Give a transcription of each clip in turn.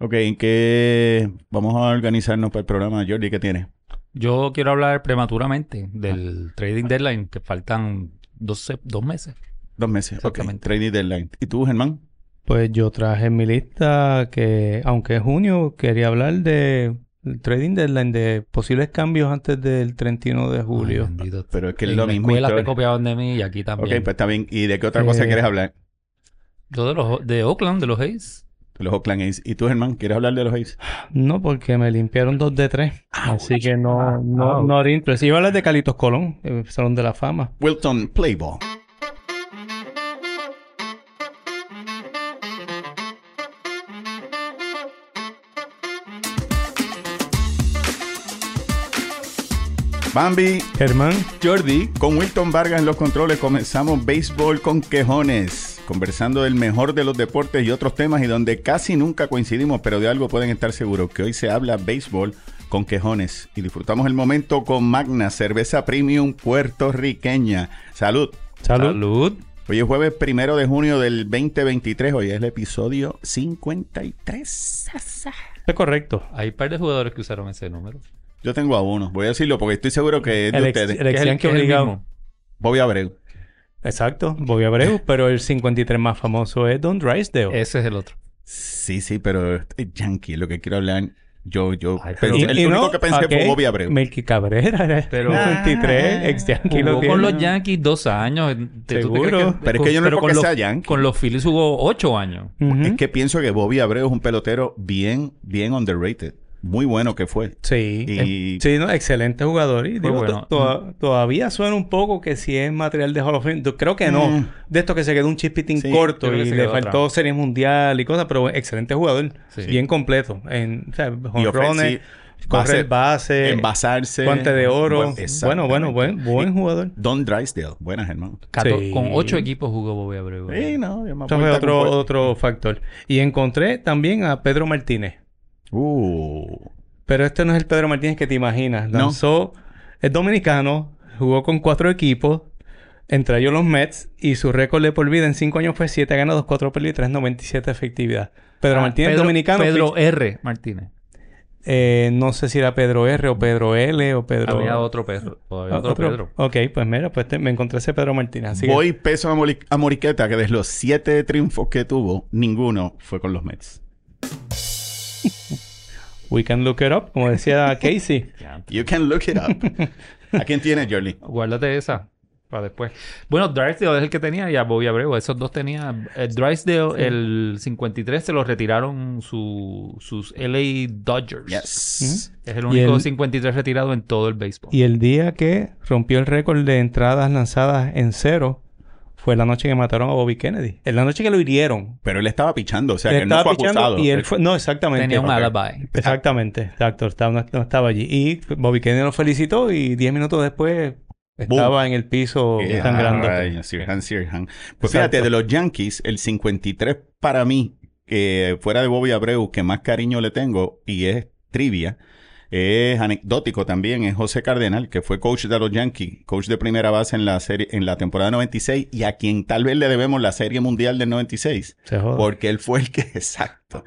Ok, ¿en qué vamos a organizarnos para el programa, Jordi? ¿Qué tiene? Yo quiero hablar prematuramente Ah. del trading deadline, que faltan 12 dos meses. Dos meses. Ok, Exactamente. trading deadline. ¿Y tú, Germán? Pues yo traje en mi lista que, aunque es junio, quería hablar de el trading deadline, de posibles cambios antes del 31 de julio. Ay, bendito. Pero es que es en lo la mismo. escuela te historia. copiaban de mí y aquí Ok, también. pues está bien. ¿Y de qué otra cosa Eh, quieres hablar? Yo de los de Oakland, de los A's. De los Oakland A's. ¿Y tú, Germán? ¿Quieres hablar de los A's? No, porque me limpiaron dos de tres. Ah, Así que no, no, no haré interés. Iba a hablar de Calitos Colón, el Salón de la Fama. Wilton Playboy. Bambi, Germán, Jordi, con Wilton Vargas en los controles comenzamos béisbol con quejones, conversando del mejor de los deportes y otros temas y donde casi nunca coincidimos, pero de algo pueden estar seguros, que hoy se habla béisbol con quejones y disfrutamos el momento con Magna, cerveza premium puertorriqueña. Salud. salud. Hoy es jueves primero de junio del 2023, hoy es el episodio 53. Es correcto. Hay un par de jugadores que usaron ese número. Yo tengo a uno, voy a decirlo porque estoy seguro que es de El ex, ustedes. el ex es el- Yankee es el obligado. mismo. Bobby Abreu. Exacto, Bobby Abreu, pero el 53 más famoso es Don Drysdale. Ese es el otro. Sí, sí, pero es Yankee, lo que quiero hablar, yo, yo, Ay, pensé- pero- el único que pensé fue Bobby Abreu. Melky Cabrera era el Pero- Ah. 53, ex Yankee lo Jugó con tiene. los Yankees dos años. ¿Te- tú te crees Seguro. Pero es que yo no es con porque los, sea Yankee. Con los Phillies jugó ocho años. Ujú. Es que pienso que Bobby Abreu es un pelotero bien, bien underrated. Muy bueno que fue. Sí, Y- eh, sí, no, excelente jugador. Muy Y digo, bueno. to- to- todavía suena un poco que si es material de Hall of Fame. Yo Creo que no. Mm. De esto que se quedó un chispitín Sí, corto creo que y se le quedó faltó atrás. series mundial y cosas, pero excelente jugador. Sí. Bien completo. En, o sea, Y ofensi- jonrones, correr base, envasarse. guante de oro. Exactamente. Bueno, bueno, buen, buen jugador. Don Drysdale. Buenas, hermano. Cato- Sí. Con ocho equipos jugó Bobby Abreu. Sí, no, yo me Eso fue acuerdo otro, con- otro factor. Y encontré también a Pedro Martínez. Uh. Pero este no es el Pedro Martínez que te imaginas. No. Lanzó, es dominicano, jugó con cuatro equipos, entre ellos los Mets, y su récord de por vida en cinco años fue siete ganados, cuatro perdidos y 3.97 efectividad. Pedro Ah, Martínez, Pedro- dominicano. Pedro fich- R. Martínez. eh, no sé si era Pedro R o Pedro L o Pedro. Ah, Había otro Pedro. Había Ah, otro, Pedro. Ok, pues mira, pues te- me encontré ese Pedro Martínez. Así que- Voy peso a, Moli- a Moriqueta, que de los siete triunfos que tuvo, ninguno fue con los Mets. we can look it up, como decía Casey. Ya. You can look it up. ¿A quién tiene, Jolly? Guárdate esa para después. Bueno, Drysdale es el que tenía y a Bobby Abreu. Esos dos tenía. eh, Drysdale, el 53, se lo retiraron su- sus LA Dodgers. Yes. Es el Y único el- 53 retirado en todo el béisbol. Y el día que rompió el récord de entradas lanzadas en cero fue la noche que mataron a Bobby Kennedy. Es la noche que lo hirieron. Pero él estaba pichando, o sea, Él que él no estaba fue pichando acusado. y él fue... No, exactamente. Tenía un Ok. alibi. Exactamente. Exacto. Estaba, no, no estaba allí. Y Bobby Kennedy lo felicitó y diez minutos después estaba en el piso Eh, sangrando. ay, Sirhan, Sirhan. Pues Exacto. fíjate, de los Yankees, el 53 para mí, que fuera de Bobby Abreu, que más cariño le tengo, y es trivia, es anecdótico también, es José Cardenal, que fue coach de los Yankees, coach de primera base en la serie, en la temporada 96, y a quien tal vez le debemos la serie mundial del 96, Se joda. porque él fue el que, exacto,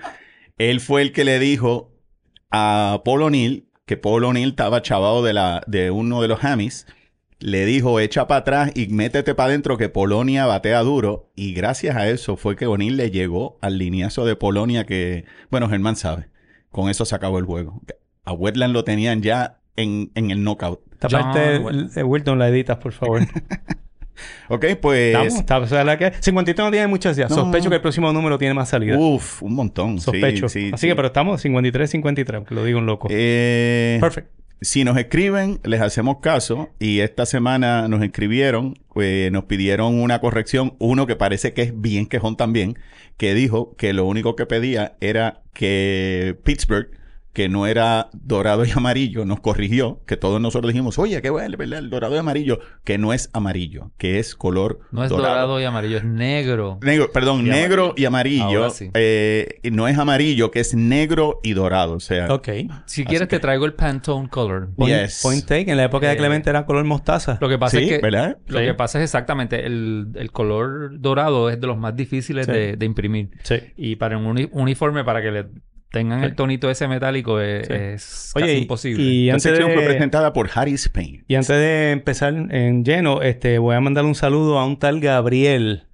él fue el que le dijo a Paul O'Neill, que Paul O'Neill estaba chavado de, la, de uno de los Hammies, le dijo, echa para atrás y métete para adentro que Polonia batea duro. Y gracias a eso fue que O'Neill le llegó al lineazo de Polonia que, bueno, Germán sabe, con eso se acabó el juego. A Wetland lo tenían ya en, en el knockout. Esta John parte, Wells. eh, Wilton, la editas, por favor. Ok, pues... Estamos. Está- o sea, la que- 53 no tiene muchas ya. No. Sospecho que el próximo número tiene más salida. Uf, un montón. Sí, Sospecho. sí, Así sí. que, pero estamos 53-53, que lo digo un loco. Eh, Perfecto. Si nos escriben, les hacemos caso. Y esta semana nos escribieron, eh, nos pidieron una corrección. Uno que parece que es bien quejón también, que dijo que lo único que pedía era que Pittsburgh, que no era dorado y amarillo, nos corrigió. Que todos nosotros dijimos, oye, qué bueno, ¿verdad? El dorado y amarillo, que no es amarillo, que es color no es dorado. y amarillo, es negro. Negro, perdón, Y negro amarillo. y amarillo. Ahora sí. Eh, y no es amarillo, que es negro y dorado. O sea, Ok. Si quieres, te traigo el Pantone Color. Point, Yes. point take. En la época Eh, de Clemente era color mostaza. Lo que pasa sí, es que. ¿verdad? Lo Sí. que pasa es exactamente, el, el color dorado es de los más difíciles Sí. de, de imprimir. Sí. Y para un uni- uniforme, para que le tengan el tonito ese metálico es, Sí. es Oye, casi y- imposible. y La antes sección fue de, presentada por Harry Spain. y antes de empezar en lleno, este, voy a mandar un saludo a un tal Gabriel.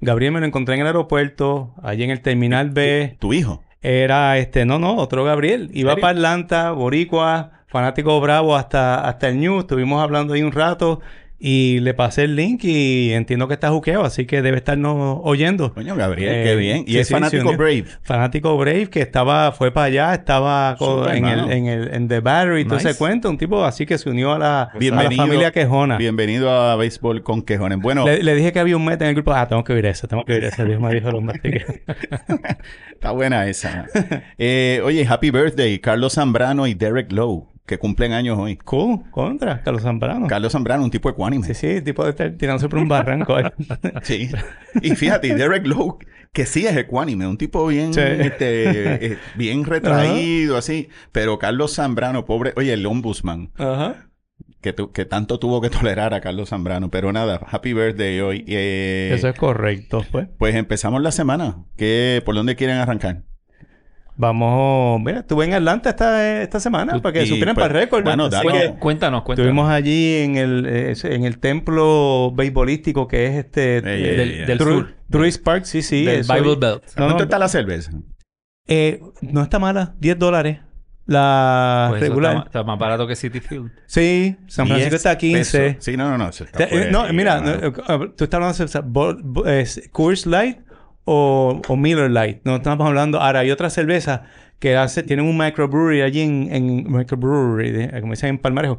Gabriel me lo encontré en el aeropuerto, allí en el Terminal B. Tu hijo. Era este, no, no, otro Gabriel. Iba ¿Serio? para Atlanta, Boricua, fanático bravo hasta, hasta el News. Estuvimos hablando ahí un rato y le pasé el link y entiendo que está juqueado, así que debe estarnos oyendo. Coño, Gabriel, Eh, qué bien. Y sí, es sí, fanático sí, un Brave. Fanático Brave que estaba, fue para allá, estaba co- Súper, en, el, mano. en, el, en The Barry y todo Nice. ese cuento. Un tipo así que se unió a la, a la Bienvenido. familia quejona. Bienvenido a Béisbol con Quejones. Bueno, Le, le dije que había un meta en el grupo. Ah, tengo que oír eso, tengo que oír eso. Dios me dijo los está buena esa. Eh, oye, happy birthday, Carlos Zambrano y Derek Lowe, que cumplen años hoy. Cool, contra, Carlos Zambrano. Carlos Zambrano, un tipo ecuánime. Oh. Sí, sí, tipo de estar tirándose por un barranco. ahí. Sí. Y fíjate, Derek Lowe, que sí es ecuánime, un tipo bien, Sí. este, eh, bien retraído, así. Pero Carlos Zambrano, pobre, oye, el ombudsman, Ajá. que, tu- que tanto tuvo que tolerar a Carlos Zambrano. Pero nada, happy birthday hoy. Eh, Eso es correcto, pues. Pues empezamos la semana. ¿Qué, ¿Por dónde quieren arrancar? Vamos, mira, estuve en Atlanta esta, esta semana Tú- para que y, supieran pues, para el récord. bueno, Así dale. que Bueno, Cué- Cuéntanos, cuéntanos. estuvimos allí en el, eh, en el templo beisbolístico que es este Ey, eh, ey, del, ey, del Dru- sur. Druids Park, sí, sí. del eso- Bible Belt. No, ¿Cuánto no, está la cerveza? eh, no está mala, 10 dólares. La Pues eso regular. Está, ma- está más barato que City Field. Sí, San Francisco 10 está a 15. pesos. Sí, no, no, no. eso está Te- eh, fuera no, de- mira, no, eh, tú estás hablando de bo- bo- es Coors Light o, o Miller Light. No estamos hablando. Ahora, hay otra cerveza que hace, tienen un microbrewery allí en, en microbrewery, de- eh, como dicen en Palmarejo.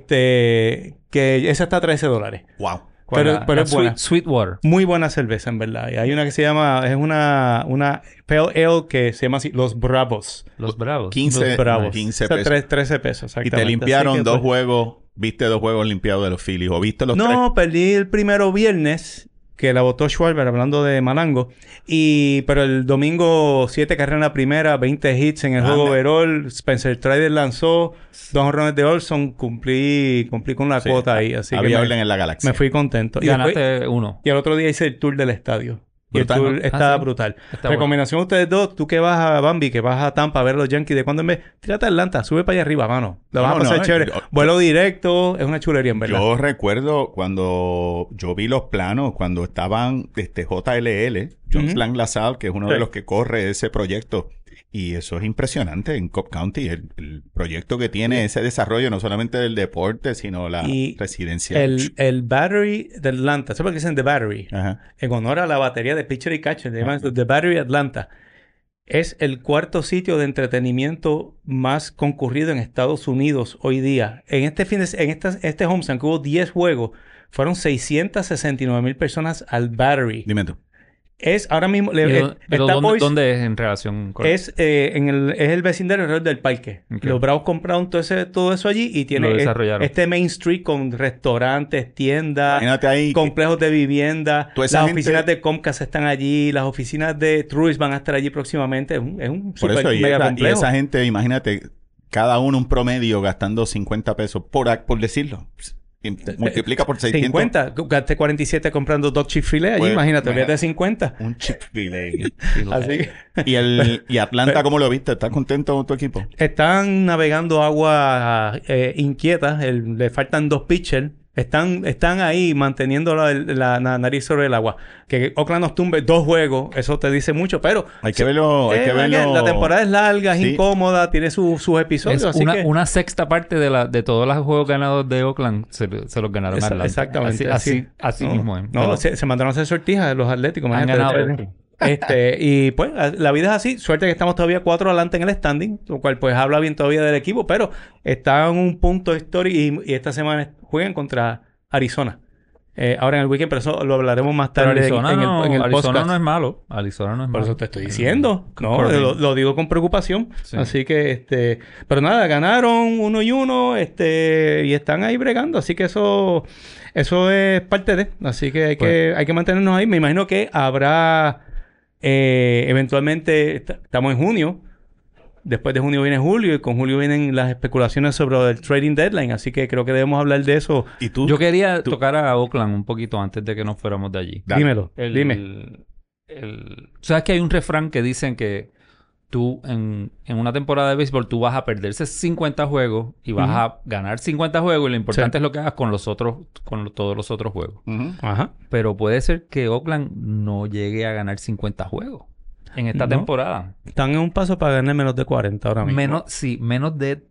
Este, que esa está a 13 dólares. Wow. ¿Cuál Pero- era? pero La es buena. Sweet- Sweetwater. Muy buena cerveza, en verdad. Y hay una que se llama, es una, una Pale Ale que se llama así, Los Bravos. Los Bravos. 15, Los Bravos. 15 O sea, Eh, pesos. tres- 13 pesos, Y te exactamente. Así limpiaron que, dos pues, juegos, viste dos juegos limpiados de los Phillies, o viste los tres. No, perdí el primero viernes, que la votó Schwarber, hablando de Malango. Y, pero el domingo, 7 carreras en la primera, 20 hits en el Anda. juego overall. Spencer Strider lanzó dos honrones de Olson. Cumplí, cumplí con la Sí. cuota ahí. Así Había que orden me, en la galaxia. me fui contento. Y Y, después- ganaste uno. y al otro día hice el tour del estadio. Y Brutal, el tour ¿no? está Ah, sí. brutal. Está Recomendación a ustedes dos. Tú que vas a Bambi, que vas a Tampa a ver los Yankees de cuando en vez. Tírate a Atlanta. Sube para allá arriba, mano. La vas No, a pasar no, chévere. yo- Vuelo directo. Es una chulería, en verdad. Yo recuerdo cuando yo vi los planos, cuando estaban este, JLL, John Ujú. Slang LaSalle, que es uno de Sí. los que corre ese proyecto. Y eso es impresionante en Cobb County, el, el proyecto que tiene ese desarrollo, no solamente del deporte, sino la Y residencia. El, el Battery de Atlanta. ¿Sabes por qué dicen The Battery? Ah. Ajá. En honor a la batería de Pitcher y Catcher. Le llaman The Battery Atlanta. Es el cuarto sitio de entretenimiento más concurrido en Estados Unidos hoy día. En este fin de, en estas- este homestand que hubo 10 juegos, fueron 669 mil personas al Battery. Dime tú. Es ahora mismo... bueno. le- ¿Y eh, dó- pero está ¿dónde, Boise- dónde es en relación con es, eh, en el, es el vecindario alrededor del parque. Ok. Los Bravos compraron todo, ese, todo eso allí y tiene Lo es- desarrollaron. este Main Street con restaurantes, tiendas, Imagínate ahí. complejos de vivienda. Toda Las esa gente- oficinas de Comcast están allí, las oficinas de Truist van a estar allí próximamente. Es un, es un Por super eso, y mega esa, y complejo. esa gente, imagínate, cada uno un promedio gastando 50 pesos por, ac- por decirlo. Y Multiplica por 600. 50, gasté 47 comprando Dog Chick-fil-A allí, Pues, imagínate, mira. olvídate de 50. Un chip delay. Así que y, el, y Atlanta, ¿cómo lo viste? ¿Estás contento con tu equipo? Están navegando aguas eh, inquietas. el- le faltan dos pitchers. Están, están ahí manteniendo la, la- la nariz sobre el agua. Que Oakland nos tumbe dos juegos, eso te dice mucho, pero... Hay que verlo. Hay Eh, que verlo. La temporada es larga, es Sí. incómoda, tiene su- sus episodios, Es así una, que... una sexta parte de, la, de todos los juegos ganados de Oakland se, lo- se los ganaron a Esa- Atlanta. exactamente. Así, así, así no, mismo. es. no, Pero- se, se mandaron a hacer sortijas los atléticos. Han imagínate. ganado. Este, y pues a- la vida es así. Suerte que estamos todavía cuatro adelante en el standing, lo cual pues habla bien todavía del equipo, pero está en un punto histórico y, y esta semana juegan contra Arizona. Eh, ahora en el weekend, pero eso lo hablaremos más pero tarde en- Arizona, en, no, el, en el Arizona podcast. no es malo. Arizona no es Por malo. eso te estoy diciendo. No, Correcto. lo, lo digo con preocupación. Sí. Así que, este... Pero nada, ganaron uno y uno, este... Y están ahí bregando. Así que eso... Eso es parte de... Así que hay, que, hay que mantenernos ahí. Me imagino que habrá... eh, eventualmente... est- Estamos en junio. Después de junio viene julio. Y con julio vienen las especulaciones sobre el trading deadline. Así que creo que debemos hablar de eso. ¿Y tú? Yo quería tú- tocar a Oakland un poquito antes de que nos fuéramos de allí. Dale. Dímelo. El- Dime. El, ¿Sabes que hay un refrán que dicen que tú en, en una temporada de béisbol tú vas a perderse 50 juegos y vas Ujú. a ganar 50 juegos y lo importante Sí. es lo que hagas con los otros, con lo- todos los otros juegos. Ujú. Ajá. Pero puede ser que Oakland no llegue a ganar 50 juegos en esta No. temporada. Están en un paso para ganar menos de 40 ahora mismo. Menos, sí, menos de...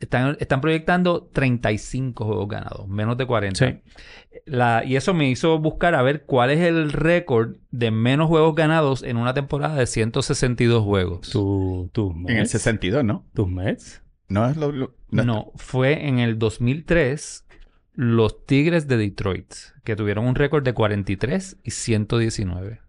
Están, están proyectando 35 juegos ganados, menos de 40. Sí. La- y eso me hizo buscar a ver cuál es el récord de menos juegos ganados en una temporada de 162 juegos. Tu- tus En el Mets. 62, ¿no? Tus Mets. No es lo... lo- No, fue en el 2003 los Tigres de Detroit, que tuvieron un récord de 43 y 119.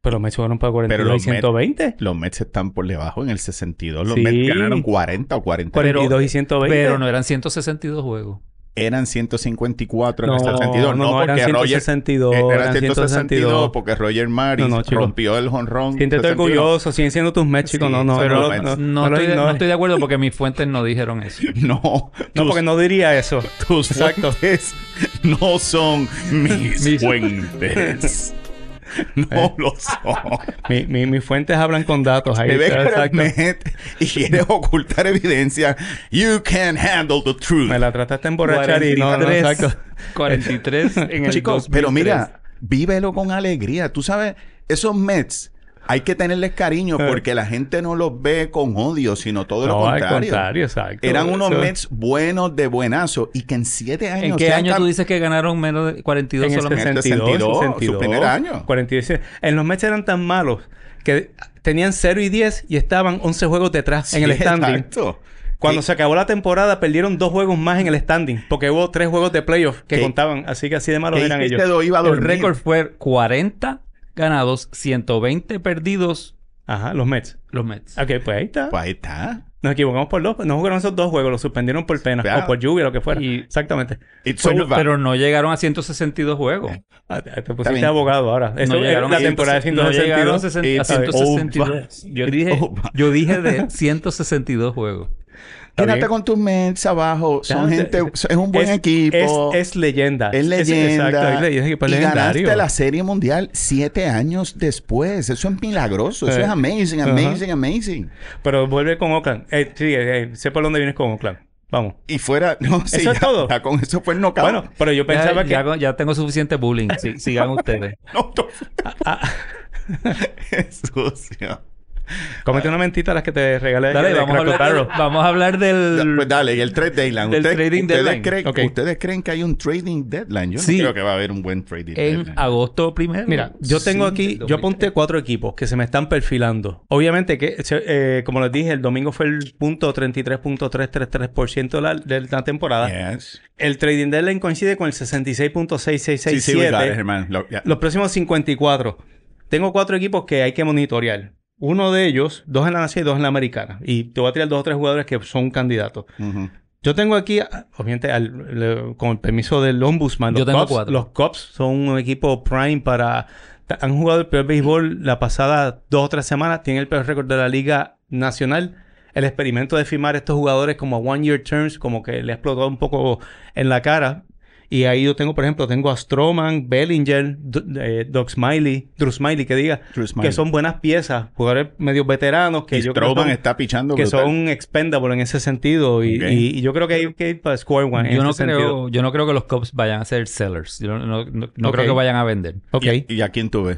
Pero me fueron para 42 Pero y los 120. Los Mets están por debajo en el 62. Los Sí. Mets ganaron 40 o 40. 42 y 120. Pero no eran 162 juegos. Eran 154 en el 62. No, eran porque Roger... 162. eh, eran eran 162 porque Roger Maris No, no, chico. rompió el jonrón. Siéntete 62. orgulloso, siguen siendo tus Mets, chicos. Sí, no, no, pero no, Mets. No, no, no lo estoy, de, no ignores. estoy de acuerdo porque mis fuentes no dijeron eso. No, No, tus- porque no diría eso. tus Exacto. fuentes no son mis, Mis- fuentes. No lo son. Mi- mi- mis fuentes hablan con datos. Ahí Te ves está, que eres exacto. Met y quieres ocultar evidencia. You can handle the truth. Me la trataste en borrachar y no, no, 43. exacto. 43 en el Chicos, 2003. pero mira, vívelo con alegría. Tú sabes, esos Mets hay que tenerles cariño Eh. porque la gente no los ve con odio, sino todo lo No, al contrario. contrario, exacto. Eran unos Eso- Mets buenos de buenazo y que en siete años. ¿En qué sean año cam- tú dices que ganaron menos de 42 En el solamente? 62, 62, 62, su primer año. 42. En los Mets eran tan malos que tenían 0 y 10 y estaban 11 juegos detrás en el Sí, standing. exacto. Cuando Que- se acabó la temporada perdieron dos juegos más en el standing porque hubo tres juegos de playoff que ¿Qué- contaban, así que así de malos que eran hiciste ellos. do- iba a El dormir. récord fue 40 ganados, 120 perdidos Ajá, los Mets. los Mets. Ok, pues ahí está. Pues ahí está. Nos equivocamos por dos. No jugaron esos dos juegos, los suspendieron por pena Ya. o por lluvia, lo que fuera. Y- Exactamente. It's Pues Bueno, over. pero no llegaron a 162 juegos. Ah, Te Está pusiste bien. abogado ahora. Eso No es llegaron eh, la a temporada de No llegaron 162. sesen- a It's 162. over. Yo It's dije, over. yo dije de 162 juegos. Quédate bien. con tus Mets abajo. Son Ya, gente... es- Es un buen es- equipo. Es, es leyenda. Es leyenda. exacto, es leyenda, equipo y legendario. ganaste la Serie Mundial siete años después. Eso es milagroso. Eso Eh. es amazing, Ajá. amazing, amazing. Pero vuelve con Oakland. Eh, sí, eh, eh, sé por dónde vienes con Oakland. Vamos. Y fuera... No, sí, Eso es ya- todo. ya con eso fue el knockout. Bueno, pero yo pensaba Ya, que... ya- ya tengo suficiente bullying. Sí, sigan ustedes. No, no. es sucio. Comete una mentita a las que te regalé. Dale, de vamos a Cracker hablar, del- Barrel. vamos a hablar del... Pues dale, y el trade deadline. Del ¿Ustedes- trading ustedes deadline. Creen, Ok. ¿Ustedes creen que hay un trading deadline? Yo Sí. no creo que va a haber un buen trading En deadline. agosto primero. Mira, yo tengo Sí, aquí, del yo 2003. apunté cuatro equipos que se me están perfilando. Obviamente que, se- eh, como les dije, el domingo fue el punto 33.333% de la, de la temporada. Yes. El trading deadline coincide con el Sí, sí, we got it, 66.6667. hermano. Lo- ya. Los próximos 54. Tengo cuatro equipos que hay que monitorear. Uno de ellos, dos en la nacional y dos en la americana. Y te voy a tirar dos o tres jugadores que son candidatos. Ujú. Yo tengo aquí, ah, obviamente, al- le- con el permiso del Ombudsman, Yo los tengo Cubs- cuatro. Los Cubs son un equipo prime para... ta- Han jugado el peor béisbol la pasada dos o tres semanas. Tienen el peor récord de la Liga Nacional. El experimento de firmar estos jugadores como One Year Terms, como que le ha explotado un poco en la cara. Y ahí yo tengo, por ejemplo, tengo a Stroman, Bellinger, D- eh, Doc Smiley, Drew Smiley, que diga, Drew Smiley. que son buenas piezas, jugadores medio veteranos que Y yo creo que Stroman son- está pichando. que brutal. son expendable en ese sentido y, Ok. y- y yo creo que hay que ir para Square One Pues, en Yo no, ese sentido. creo, yo no creo que los Cubs vayan a ser sellers. Yo no, no- no- no Ok. creo que vayan a vender. Ok. ¿Y a quién tú ves?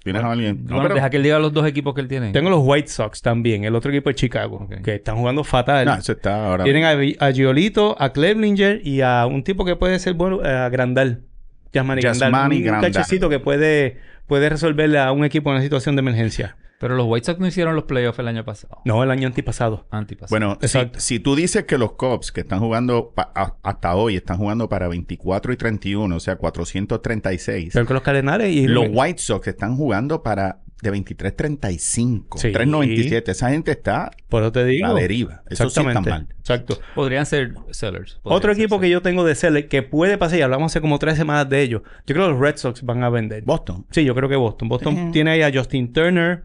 ¿Tienes a alguien? No, Bueno, pero- deja que él diga los dos equipos que él tiene. Tengo los White Sox también, el otro equipo de Chicago, Ok. que están jugando fatal. no, eso está ahora. Tienen a, Vi- a Giolito, a Cleblinger y a un tipo que puede ser bueno, eh, a Grandal. Yasmani Grandal. Yasmani un Grandal. muchachito que puede, puede resolverle a un equipo en una situación de emergencia. Pero los White Sox no hicieron los playoffs el año pasado. No, el año antipasado. Antipasado. Bueno, si, Exacto. si tú dices que los Cubs que están jugando pa- a- hasta hoy están jugando para 24 y 31, o sea, 436. Pero que los Cardenales y los White Sox están jugando para de 23 35, Sí. 397. Esa gente está Por eso te digo. a deriva. Eso sí está Exactamente. mal. Exacto. podrían ser sellers. Otro equipo que yo tengo de Select que puede pasar, y hablamos hace como tres semanas de ellos. Yo creo que los Red Sox van a vender. Boston. Sí, yo creo que Boston. Boston Sí. tiene ahí a Justin Turner,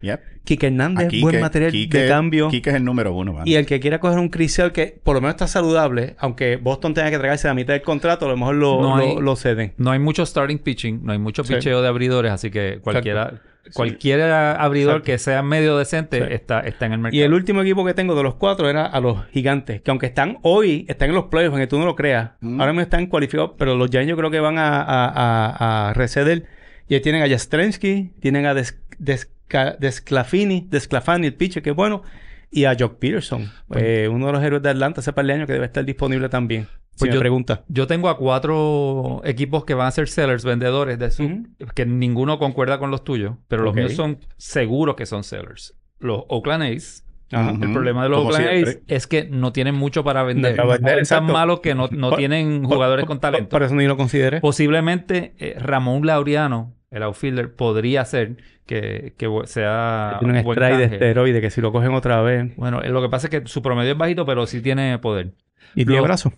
Yep. Kike Hernández, Aquí buen que- material Quique- de cambio. Quique es el número uno, mano. Y el que quiera coger un Chris Sale que por lo menos está saludable, aunque Boston tenga que tragarse la mitad del contrato, a lo mejor lo, No lo- hay- lo ceden. No hay mucho starting pitching, no hay mucho Sí. picheo de abridores, así que cualquiera Cualquier abridor Exacto. que sea medio decente Sí. está, está en el mercado. Y el último equipo que tengo de los cuatro era a los gigantes, que aunque están hoy, están en los playoffs, aunque tú no lo creas. Mm. Ahora mismo están cualificados, pero los Giants yo creo que van a, a, a- a receder. Ya tienen a Jastrensky, tienen a Des- Desca- Desclafini, Desclafani, el pitcher, que es bueno, y a Jock Peterson, eh, uno de los héroes de Atlanta hace par de años que debe estar disponible también. si Pues me yo- pregunta. Yo tengo a cuatro equipos que van a ser sellers, vendedores de su- Ujú. que ninguno concuerda con los tuyos, pero los Ok. míos son seguros que son sellers. Los Oakland A's. Ajá. Ujú. El problema de los Como Oakland A's siempre. es que no tienen mucho para vender. para Son vender, tan exacto. malos que no, no Por- tienen jugadores Por- con por- talento. Por eso ni lo consideré. Posiblemente eh, Ramón Laureano, el outfielder, podría ser que, que bu- sea Tiene Pues, un buen strike de este- canje. esteroide que si lo cogen otra vez. Bueno, eh, lo que pasa es que su promedio es bajito, pero sí tiene poder. Y tiene Lo- brazo.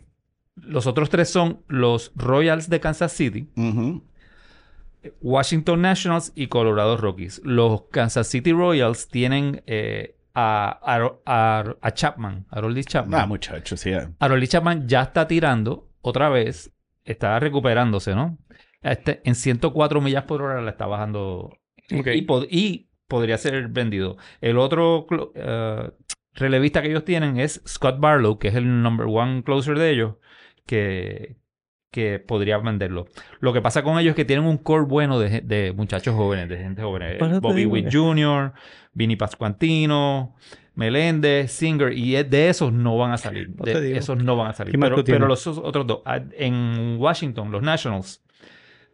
Los otros tres son los Royals de Kansas City, Ujú. Washington Nationals y Colorado Rockies. Los Kansas City Royals tienen eh, a, a- a- a Chapman, a Rolly Chapman. Ah, muchachos, sí. ah. Aroli Chapman ya está tirando otra vez, está recuperándose, ¿no? Este, en 104 millas por hora la está bajando y, pod- y podría ser vendido. El otro clo- eh, relevista que ellos tienen es Scott Barlow, que es el number one closer de ellos, que, que podría venderlo. Lo que pasa con ellos es que tienen un core bueno de, ge- de muchachos jóvenes, de gente joven. Eh, Por eso te Bobby digo Witt que- Jr., Vinny Pascuantino, Meléndez, Singer, y es- de esos no van a salir. No De- te digo. esos no van a salir. ¿Qué más Pero, tú tienes? pero los otros dos, a- en Washington, los Nationals,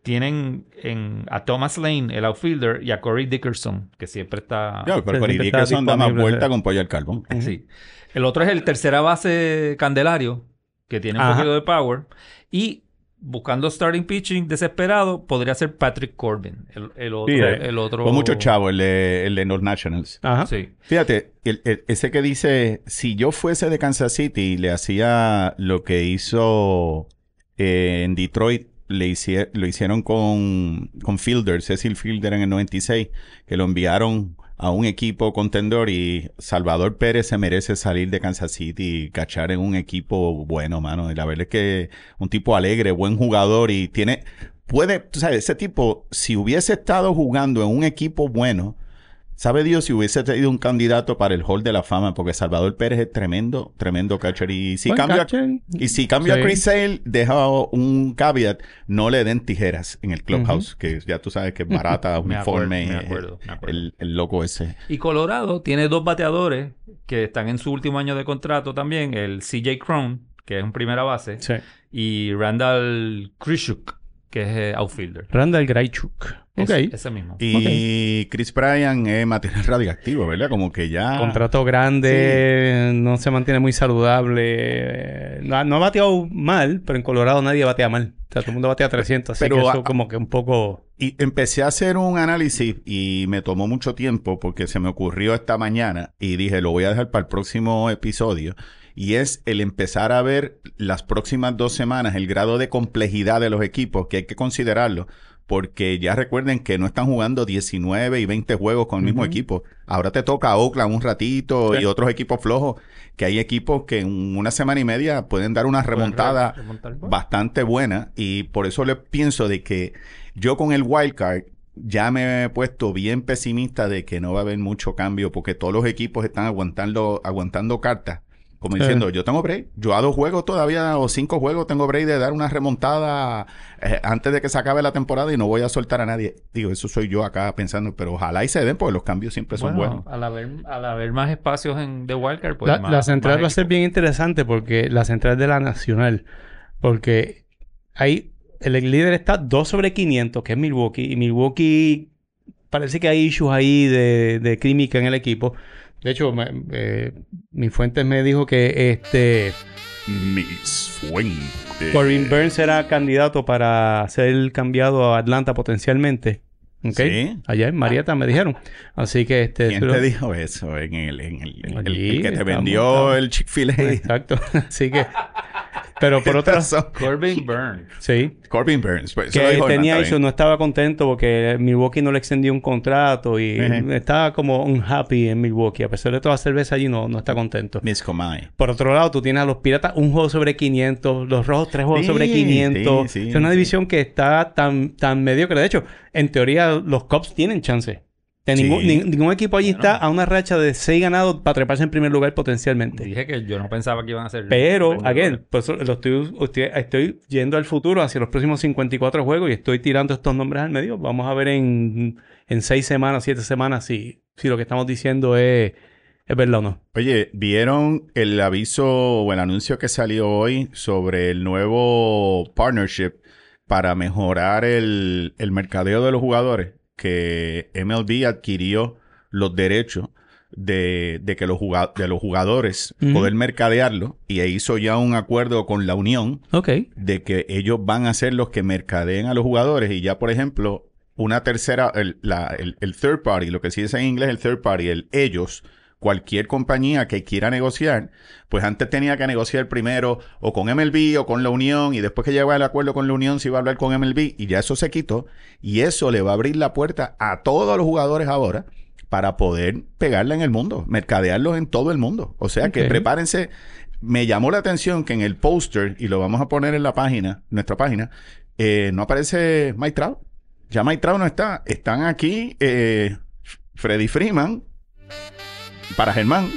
tienen en- a Thomas Lane, el outfielder, y a Corey Dickerson, que siempre está. Yo, pero Corey Sí, siempre está Dickerson da más disponible, vuelta sí. con pollo al carbón. Sí. El otro es el tercera base Candelario, que tiene un Ajá. poquito de power. Y buscando starting pitching desesperado, podría ser Patrick Corbin, el, el otro. Sí, eh. el otro... Con mucho chavo el de, el de los Nationals. Ajá. Sí. Fíjate, el- el- ese que dice, si yo fuese de Kansas City y le hacía lo que hizo eh, en Detroit, le hicie- lo hicieron con, con Fielder, Cecil Fielder en el 96, que lo enviaron a un equipo contendor y Salvador Pérez se merece salir de Kansas City y cachar en un equipo bueno, mano. Y la verdad es que un tipo alegre, buen jugador y tiene... Puede, tú sabes, ese tipo, si hubiese estado jugando en un equipo bueno, Sabe Dios si hubiese tenido un candidato para el Hall de la Fama, porque Salvador Pérez es tremendo, tremendo catcher. Y si Buen cambia, catcher. y si cambia Sí. a Chris Sale, deja un caveat, no le den tijeras en el clubhouse, que ya tú sabes que es barata, Me acuerdo, uniforme, me acuerdo, me acuerdo. El, el loco ese. Y Colorado tiene dos bateadores que están en su último año de contrato también: el CJ Crone, que es un primera base, Sí. y Randall Krishuk, que es eh, outfielder. Randall Graychuk. Ok. Ese- Ese mismo. Y Chris Bryan es material radioactivo, ¿verdad? Como que ya... Contrato grande, no se mantiene muy saludable. eh, No, no ha bateado mal, pero en Colorado nadie batea mal. O sea, todo el mundo batea 300, así Pero que eso a- como que un poco... Y empecé a hacer un análisis y me tomó mucho tiempo porque se me ocurrió esta mañana y dije, lo voy a dejar para el próximo episodio. Y es el empezar a ver las próximas dos semanas el grado de complejidad de los equipos, que hay que considerarlo, porque ya recuerden que no están jugando 19 y 20 juegos con el mismo Ujú. equipo. Ahora te toca a Oakland un ratito Sí. y otros equipos flojos, que hay equipos que en una semana y media pueden dar una remontada Remontar, pues. bueno. bastante buena y por eso le pienso de que yo con el wildcard ya me he puesto bien pesimista de que no va a haber mucho cambio porque todos los equipos están aguantando aguantando cartas. Como Sí. diciendo, yo tengo break. Yo a dos juegos todavía, o cinco juegos, tengo break de dar una remontada eh, antes de que se acabe la temporada y no voy a soltar a nadie. Digo, eso soy yo acá pensando, pero ojalá y se den porque los cambios siempre son Bueno, buenos. al haber, al haber más espacios en de Wildcard, pues la, más- la central más va a ser equipo. bien interesante porque la central de la nacional, porque ahí el líder está 2 sobre 500, que es Milwaukee, y Milwaukee parece que hay issues ahí de, de química en el equipo. De hecho, me- eh, mi fuente me dijo que este... Mis fuentes. Corbin Burns era candidato para ser cambiado a Atlanta potencialmente. ¿Ok? Sí. Allá en Marietta me dijeron. Así que este. ¿Quién pero- te dijo eso? En el, en el, en el- Allí, el que te estamos, vendió estamos. el Chick-fil-A. Exacto. Así que. Pero por otra. Son Corbin Burns. Sí. Corbin Burns. pues, eso lo Que dijo tenía Hernán, eso, no estaba contento porque Milwaukee no le extendió un contrato y Ujú. estaba como un happy en Milwaukee. A pesar de toda la cerveza allí, no, no está contento. Miss Comay. Por otro lado, tú tienes a los piratas un juego sobre 500, los rojos tres juegos Sí, sobre 500. sí, sí, es una sí. división que está tan, tan mediocre. De hecho, en teoría, los Cubs tienen chance. De Sí. ningún, nin- ningún equipo allí está Bueno. a una racha de 6 ganados para treparse en primer lugar potencialmente. Dije que yo no pensaba que iban a ser. Pero, again, por eso lo estoy, usted- estoy yendo al futuro, hacia los próximos 54 juegos y estoy tirando estos nombres al medio. Vamos a ver en, en 6 semanas, 7 semanas, si, si lo que estamos diciendo es, es verdad o no. Oye, ¿vieron el aviso o el anuncio que salió hoy sobre el nuevo partnership para mejorar el, el mercadeo de los jugadores? Que MLB adquirió los derechos de, de que los, juga- de los jugadores Ujú. poder mercadearlo y e hizo ya un acuerdo con la unión Ok. de que ellos van a ser los que mercadeen a los jugadores y ya, por ejemplo, una tercera, el, la- el- el third party, lo que se dice en inglés, el third party, el ellos, cualquier compañía que quiera negociar, pues antes tenía que negociar primero o con MLB o con la Unión y después que llegaba el acuerdo con la Unión se iba a hablar con MLB y ya eso se quitó y eso le va a abrir la puerta a todos los jugadores ahora para poder pegarla en el mundo, mercadearlos en todo el mundo. O sea que Ok. prepárense. Me llamó la atención que en el póster, y lo vamos a poner en la página, nuestra página, eh, no aparece Mike Trout. Ya Mike Trout no está. Están aquí eh, Freddy Freeman para Germán.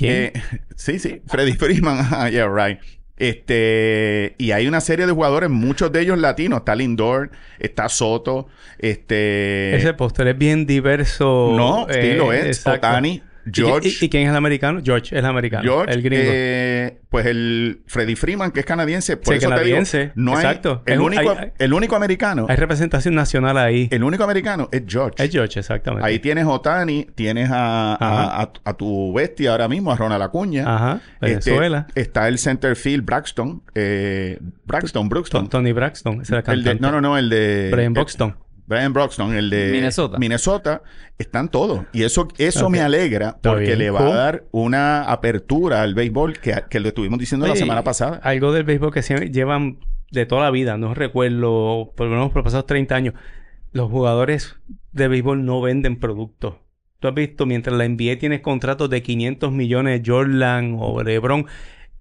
Eh, sí, sí, Freddy Freeman. Ah, yeah, right. Este, y hay una serie de jugadores, muchos de ellos latinos. Está Lindor, está Soto, este... Ese póster es bien diverso. no, eh, sí lo es. exacto. Otani, ¿Y qui- George... ¿Y, y quién es el americano? George, el americano. George, el gringo. eh, pues el Freddy Freeman, que es canadiense, por Sí, eso te canadiense, digo, no hay- exacto. el, Es un- único, hay- hay- el único americano, Hay representación nacional ahí. el único americano es George. Es George, exactamente. Ahí tienes a Otani, tienes a, a- a- a tu bestia ahora mismo, a Ronald Acuña. Ajá. Este, Venezuela. está el center field Braxton, eh, Braxton, Bruxton. Ton- Tony Braxton. Ese era el El de- cantante. no, no, no, eh, el de Brian el- Buxton. Brian Broxton, el de Minnesota. Minnesota, están todos. Y eso, eso Ok. me alegra porque bien. le va Cool. a dar una apertura al béisbol que, que lo estuvimos diciendo la Oye, ah, semana pasada. Algo del béisbol que siempre llevan de toda la vida, no recuerdo, por lo menos por los pasados 30 años. Los jugadores de béisbol no venden productos. Tú has visto, mientras la NBA tiene contratos de 500 millones, Jordan o LeBron,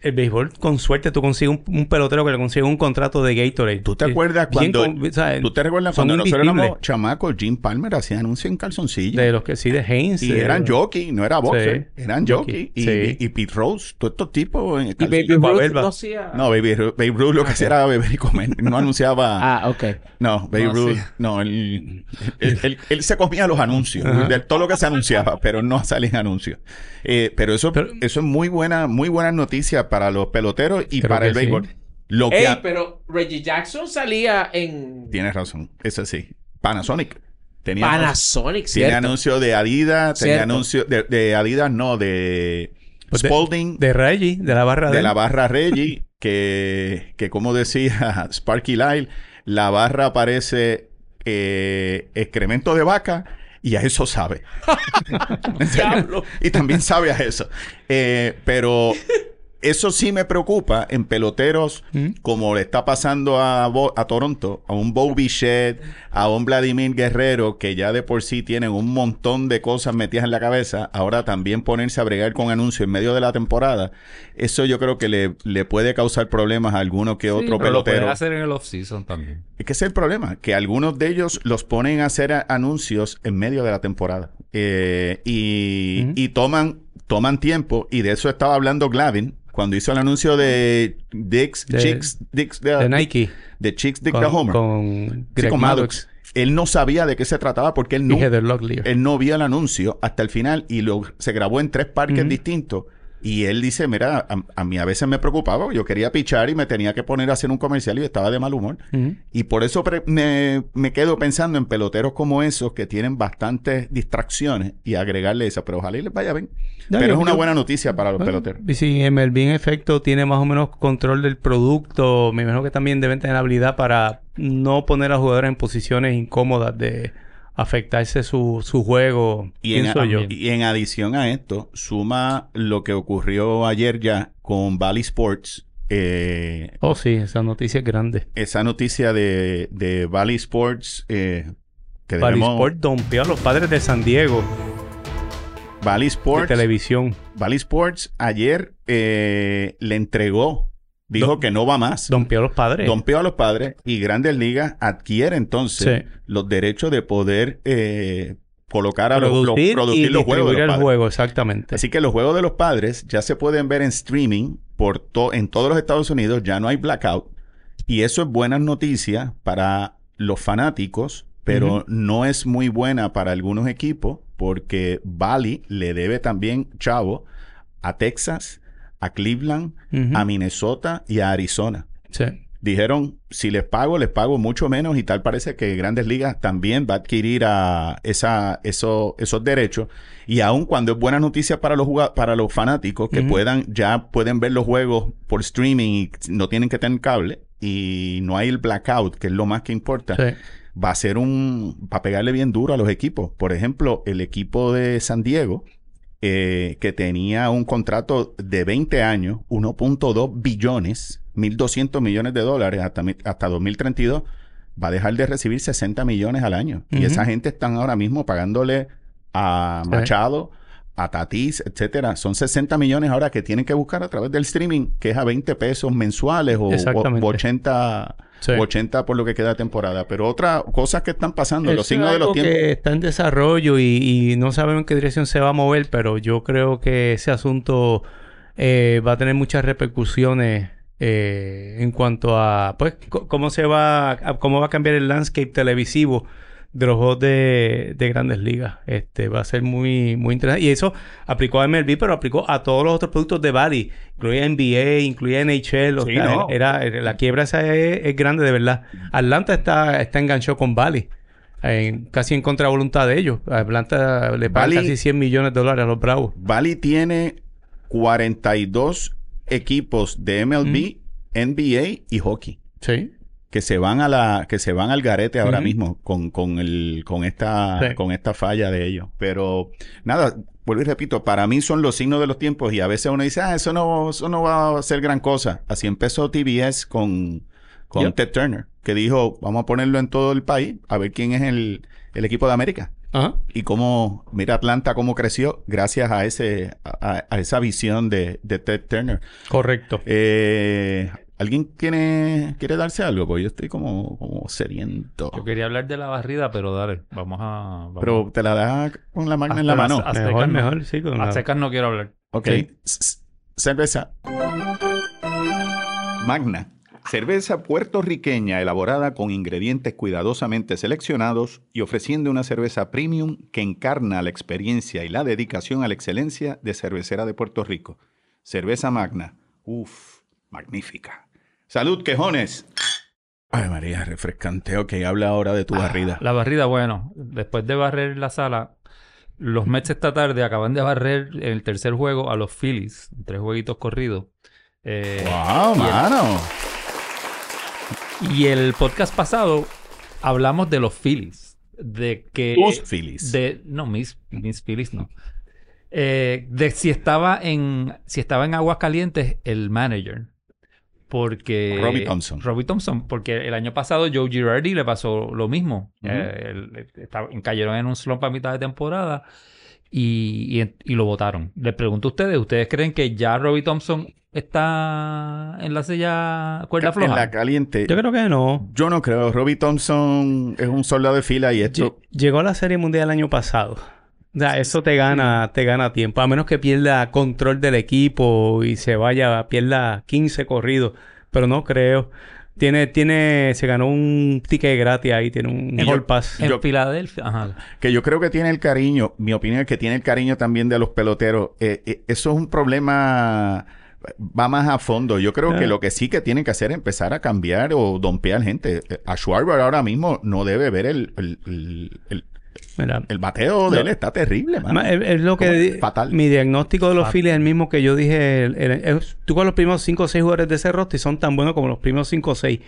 el béisbol, con suerte, tú consigues un, un pelotero que le consigue un contrato de Gatorade. ¿Tú te Eh, acuerdas bien cuando- con- o sea, ¿Tú te recuerdas son cuando nosotros invisibles. éramos chamacos, Jim Palmer hacía anuncios en calzoncillos? De los que sí, de Haynes. Y de- eran jockey, no era boxer. Eran jockey. Jockey. Y, Sí. y, y Pete Rose, todos estos tipos. En Y Baby calzoncillos. Ruth Ruth Babelba. no hacía. No, Baby, Ru- Babe Ruth lo que hacía era beber y comer. No anunciaba... Ah, ok. No, Babe No, Ruth, sí. no, él, él- él- él se comía los anuncios, de todo lo que se anunciaba, pero no salen anuncios. Eh, pero eso, Pero- eso es muy buena, muy buena noticia para los peloteros y Creo para que el béisbol. sí. Lo que Ey, ha- pero Reggie Jackson salía en tienes razón, eso sí. Panasonic. Tenía Panasonic, Tiene ¿cierto? anuncio de Adidas, tenía Cierto. anuncio de, de Adidas, no, de Pues de- Spalding, de, De Reggie, de la barra la barra Reggie, que, que como decía Sparky Lyle, la barra parece eh, excremento de vaca y a eso sabe. ¿En serio? Diablo. y también sabe a eso. Eh, pero eso sí me preocupa en peloteros ¿Mm? como le está pasando a, Bo- a Toronto, a un Bobby Shed, a un Vladimir Guerrero, que ya de por sí tienen un montón de cosas metidas en la cabeza, ahora también ponerse a bregar con anuncios en medio de la temporada, eso yo creo que le, le puede causar problemas a alguno que otro Pero lo pueden pelotero. hacer en el off-season también. Es que ese es el problema, que algunos de ellos los ponen a hacer a- anuncios en medio de la temporada. Eh, y, Ujú. y toman, toman tiempo, y de eso estaba hablando Glavin cuando hizo el anuncio de Dix, De- Chicks, Dix, de, de Nike. de Chicks Dick con, the Homer. con Sí, Greg con Maddox, Maddox. Él no sabía de qué se trataba porque él y no, Heather Locklear. él no vio el anuncio hasta el final y lo, se grabó en tres parques Ujú. distintos. Y él dice, mira, a, a mí a veces me preocupaba, yo quería pichar y me tenía que poner a hacer un comercial y estaba de mal humor. Ujú. Y por eso pre- me, me quedo pensando en peloteros como esos que tienen bastantes distracciones y agregarle esa, pero ojalá y les vaya bien. Ya, pero yo- Ah, es una yo- buena noticia para los Bueno, peloteros. Y si MLB en efecto tiene más o menos control del producto, me imagino que también deben tener habilidad para no poner a jugadores en posiciones incómodas de afectarse su, su juego. Y en, pienso a- yo. y en adición a esto, suma lo que ocurrió ayer ya con Valley Sports. eh, Oh, sí, esa noticia es grande. esa noticia de, de Valley Sports eh, que Valley debemos- Sport dompeó a los padres de San Diego Valley de Sports, televisión. Valley Sports ayer eh, le entregó, dijo Dom- que no va más. Dompeó a los padres. Dompeó a los padres y Grandes Ligas adquiere entonces Sí. los derechos de poder eh, colocar a los- los, Producir producir y los juegos de distribuir los el padres. juego, exactamente. Así que los juegos de los padres ya se pueden ver en streaming por to- en todos los Estados Unidos, ya no hay blackout. Y eso es buena noticia para los fanáticos, pero Ujú. no es muy buena para algunos equipos porque Bali le debe también, chavo, a Texas, a Cleveland, Ujú. a Minnesota y a Arizona. Sí. Dijeron, si les pago, les pago mucho menos y tal parece que Grandes Ligas también va a adquirir a esa, eso- esos derechos. Y aun cuando es buena noticia para los, juga- para los fanáticos que Ujú. puedan, ya pueden ver los juegos por streaming y no tienen que tener cable y no hay el blackout, que es lo más que importa, Sí. va a ser un, va a pegarle bien duro a los equipos. Por ejemplo, el equipo de San Diego, eh, que tenía un contrato de 20 años, 1.2 billones, 1.200 millones de dólares hasta, mi- hasta 2032, va a dejar de recibir 60 millones al año. Y Ujú. esa gente están ahora mismo pagándole a Sí. Machado, a Tatís, etcétera. Son 60 millones ahora que tienen que buscar a través del streaming, que es a 20 pesos mensuales o, o- Exactamente. o 80 Sí. 80 por lo que queda de temporada. Pero otra cosas que están pasando, los Eso signos es de los algo tiempos. que está en desarrollo y, y no sabemos en qué dirección se va a mover, pero yo creo que ese asunto eh, va a tener muchas repercusiones eh, en cuanto a pues co- cómo se va a- cómo va a cambiar el landscape televisivo de los juegos de, de Grandes Ligas. Este va a ser muy muy interesante y eso aplicó a MLB, pero aplicó a todos los otros productos de Bali, incluía NBA, incluía NHL, o Sí, sea, no. era, era- la quiebra esa es, es grande de verdad. Atlanta está está enganchado con Bali. En- casi en contra voluntad de ellos. Atlanta le paga Bali- casi 100 millones de dólares a los Bravos. Bali tiene 42 equipos de MLB, NBA y hockey Sí. que se van a la que se van al garete ahora Ujú. mismo con, con el con esta Sí. con esta falla de ellos. Pero nada, vuelvo y repito, para mí son los signos de los tiempos y a veces uno dice, "Ah, eso no eso no va a ser gran cosa." Así empezó TBS con con Yep. Ted Turner, que dijo, "Vamos a ponerlo en todo el país a ver quién es el el equipo de América." Ajá. y cómo, mira Atlanta cómo creció gracias a ese a, a esa visión de, de Ted Turner. Correcto. Eh, ¿Alguien quiere, quiere darse algo? Porque yo estoy como, como sediento. Yo quería hablar de la barrida, pero dale, vamos a. vamos. Pero te la da con la magna en la Hasta mano. las- hasta- mejor, Aztecas no. mejor, sí. con la- a secas no quiero hablar. Ok. sí. S- s- Cerveza. Magna. Cerveza puertorriqueña elaborada con ingredientes cuidadosamente seleccionados y ofreciendo una cerveza premium que encarna la experiencia y la dedicación a la excelencia de cervecera de Puerto Rico. Cerveza Magna. Uf, magnífica. Salud, quejones. Ay, María, refrescante. Ok, habla ahora de tu barrida. La barrida, bueno, después de barrer la sala, los Mets esta tarde acaban de barrer en el tercer juego a los Phillies, tres jueguitos corridos. Eh, ¡Wow, mano! Y el podcast pasado hablamos de los Phillies, de que eh, Tus Phillies. de no mis mis Phillies no. Eh, de si estaba en si estaba en aguas calientes el manager porque Robbie Thompson. Robbie Thompson porque el año pasado Joe Girardi le pasó lo mismo Ujú. Eh, él- él estaba- cayeron en un slump a mitad de temporada y, y- y lo votaron les pregunto a ustedes ustedes creen que ya Robbie Thompson está en la silla cuerda floja En la caliente. Yo creo que no. Yo no creo. Robbie Thompson es un soldado de fila y esto. Lle- Llegó a la Serie Mundial el año pasado. O sea, eso te Mm. gana, te gana tiempo. A menos que pierda control del equipo y se vaya, pierda 15 corridos. Pero no creo. Tiene, tiene, se ganó un ticket gratis ahí, tiene un Y yo- All Pass. en Yo- Filadelfia ajá Que yo creo que tiene el cariño. Mi opinión es que tiene el cariño también de los peloteros. Eh, eh, eso es un problema. Va más a fondo. Yo creo que Ah. lo que sí que tienen que hacer es empezar a cambiar o dompear gente. Eh, A Schwarber ahora mismo no debe ver el, el, el- el- Mira, el bateo de No. él. Está terrible, mano. Ma- eh, Es, es lo que... ¿Cómo? di- Fatal. Mi diagnóstico de los Fatal. Phillies es el mismo que yo dije. el- el- es- tú con los primeros 5 o 6 jugadores de ese roster y son tan buenos como los primeros 5 o 6.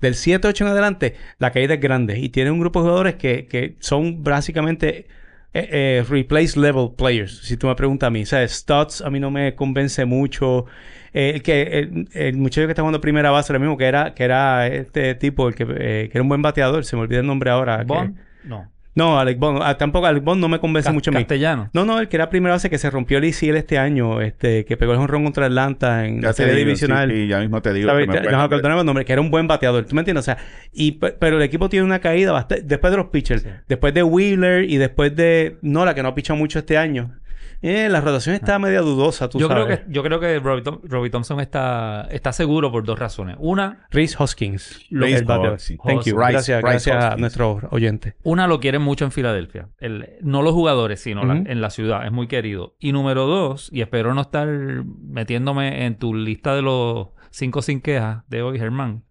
Del 7 8 en adelante, la caída es grande. Y tiene un grupo de jugadores que, que son básicamente eh, eh, replace level players, si tú me preguntas a mí. O sea, Stotts a mí no me convence mucho. Eh, el, que, el, el muchacho que está jugando primera base, lo mismo Ah, que era, que era este tipo, el que, eh, que era un buen bateador, se me olvida el nombre ahora. que- Bond no No, Alec Bond. ah, tampoco Alec Bond no me convence Ca- mucho a mí. castellano. No, no, el que era primera base que se rompió el ICL este año, este, que pegó el jonrón contra Atlanta en la Ya te serie digo, divisional. sí, sí, ya mismo te digo. ¿Sabes? que me Te- acuerdo nos de- acordamos el nombre, que era un buen bateador, ¿tú me entiendes? O sea, y, pe- pero el equipo tiene una caída bastante, después de los pitchers, después de Wheeler y después de Nola, que no ha pichado mucho este año. Eh, la rotación está media dudosa, tú Ah. Yo creo, sabes. que, yo creo que Robbie, Thom- Robbie Thompson está, está seguro por dos razones. Una, Reese Hoskins. lo- Reese el bateador. Hoskins. Thank you. Rice- gracias, Rice gracias a Hoskins. nuestro oyente. una lo quieren mucho en Filadelfia. El- no los jugadores, sino la- Ujú. en la ciudad. Es muy querido. Y número dos, y espero no estar metiéndome en tu lista de los cinco sin quejas de hoy, Germán.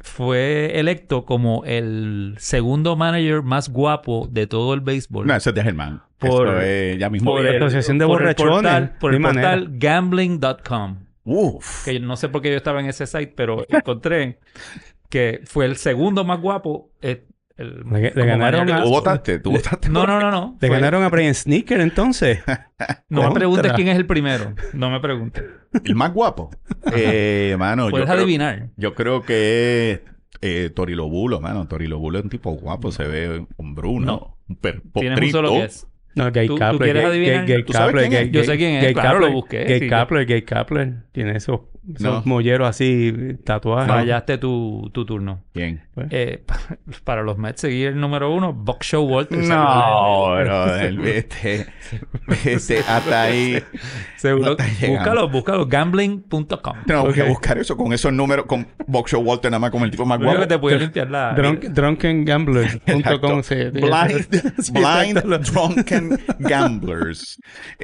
Fue electo como el segundo manager más guapo de todo el béisbol. No, ese es de Germán. Por- Esto es ya mismo. por el, Asociación de por el borrachones, portal, por de el manera. portal gambling.com. Uf. que yo no sé por qué yo estaba en ese site, pero encontré que fue el segundo más guapo. eh, el- Le- le como ganaron mayor- a- Tú votaste, tú votaste. No, no, no, no. ¿Le Fue- ganaron a Brian Sneaker entonces? No me Contra. preguntes quién es el primero. No me preguntes. El más guapo. Eh, mano, yo Puedes creo, adivinar. yo creo que es eh, Torilobulo, mano. Torilobulo es un tipo guapo, se ve hombruno. No. Un per- Tienes un solo potrito. guess. No, Gay ¿Tú- tú Kapler. quieres Gay- adivinar? Gay- Gay ¿Tú sabes Kapler, quién es? Gay- Yo sé quién es, Gay claro, Kapler, lo busqué, Gay sí, Kapler, Gay Kapler. Tiene esos, esos No. molleros así tatuados. Fallaste tu, tu turno. ¿Quién? Eh, pa- para los Mets seguí el número uno, Buck Showalter. No, brother, vete. Vete hasta ahí. Seguro. No te Seguro- llegamos. búscalo, búscalo. Gambling.com. No, voy a Ok. buscar eso con esos números, con Boxer Walter nada más como el tipo más Lo único guapo. que te puede limpiar la... Drunk, drunkengamblers.com Exacto. se... Blind, Sí, blind exacto. Drunken Gamblers.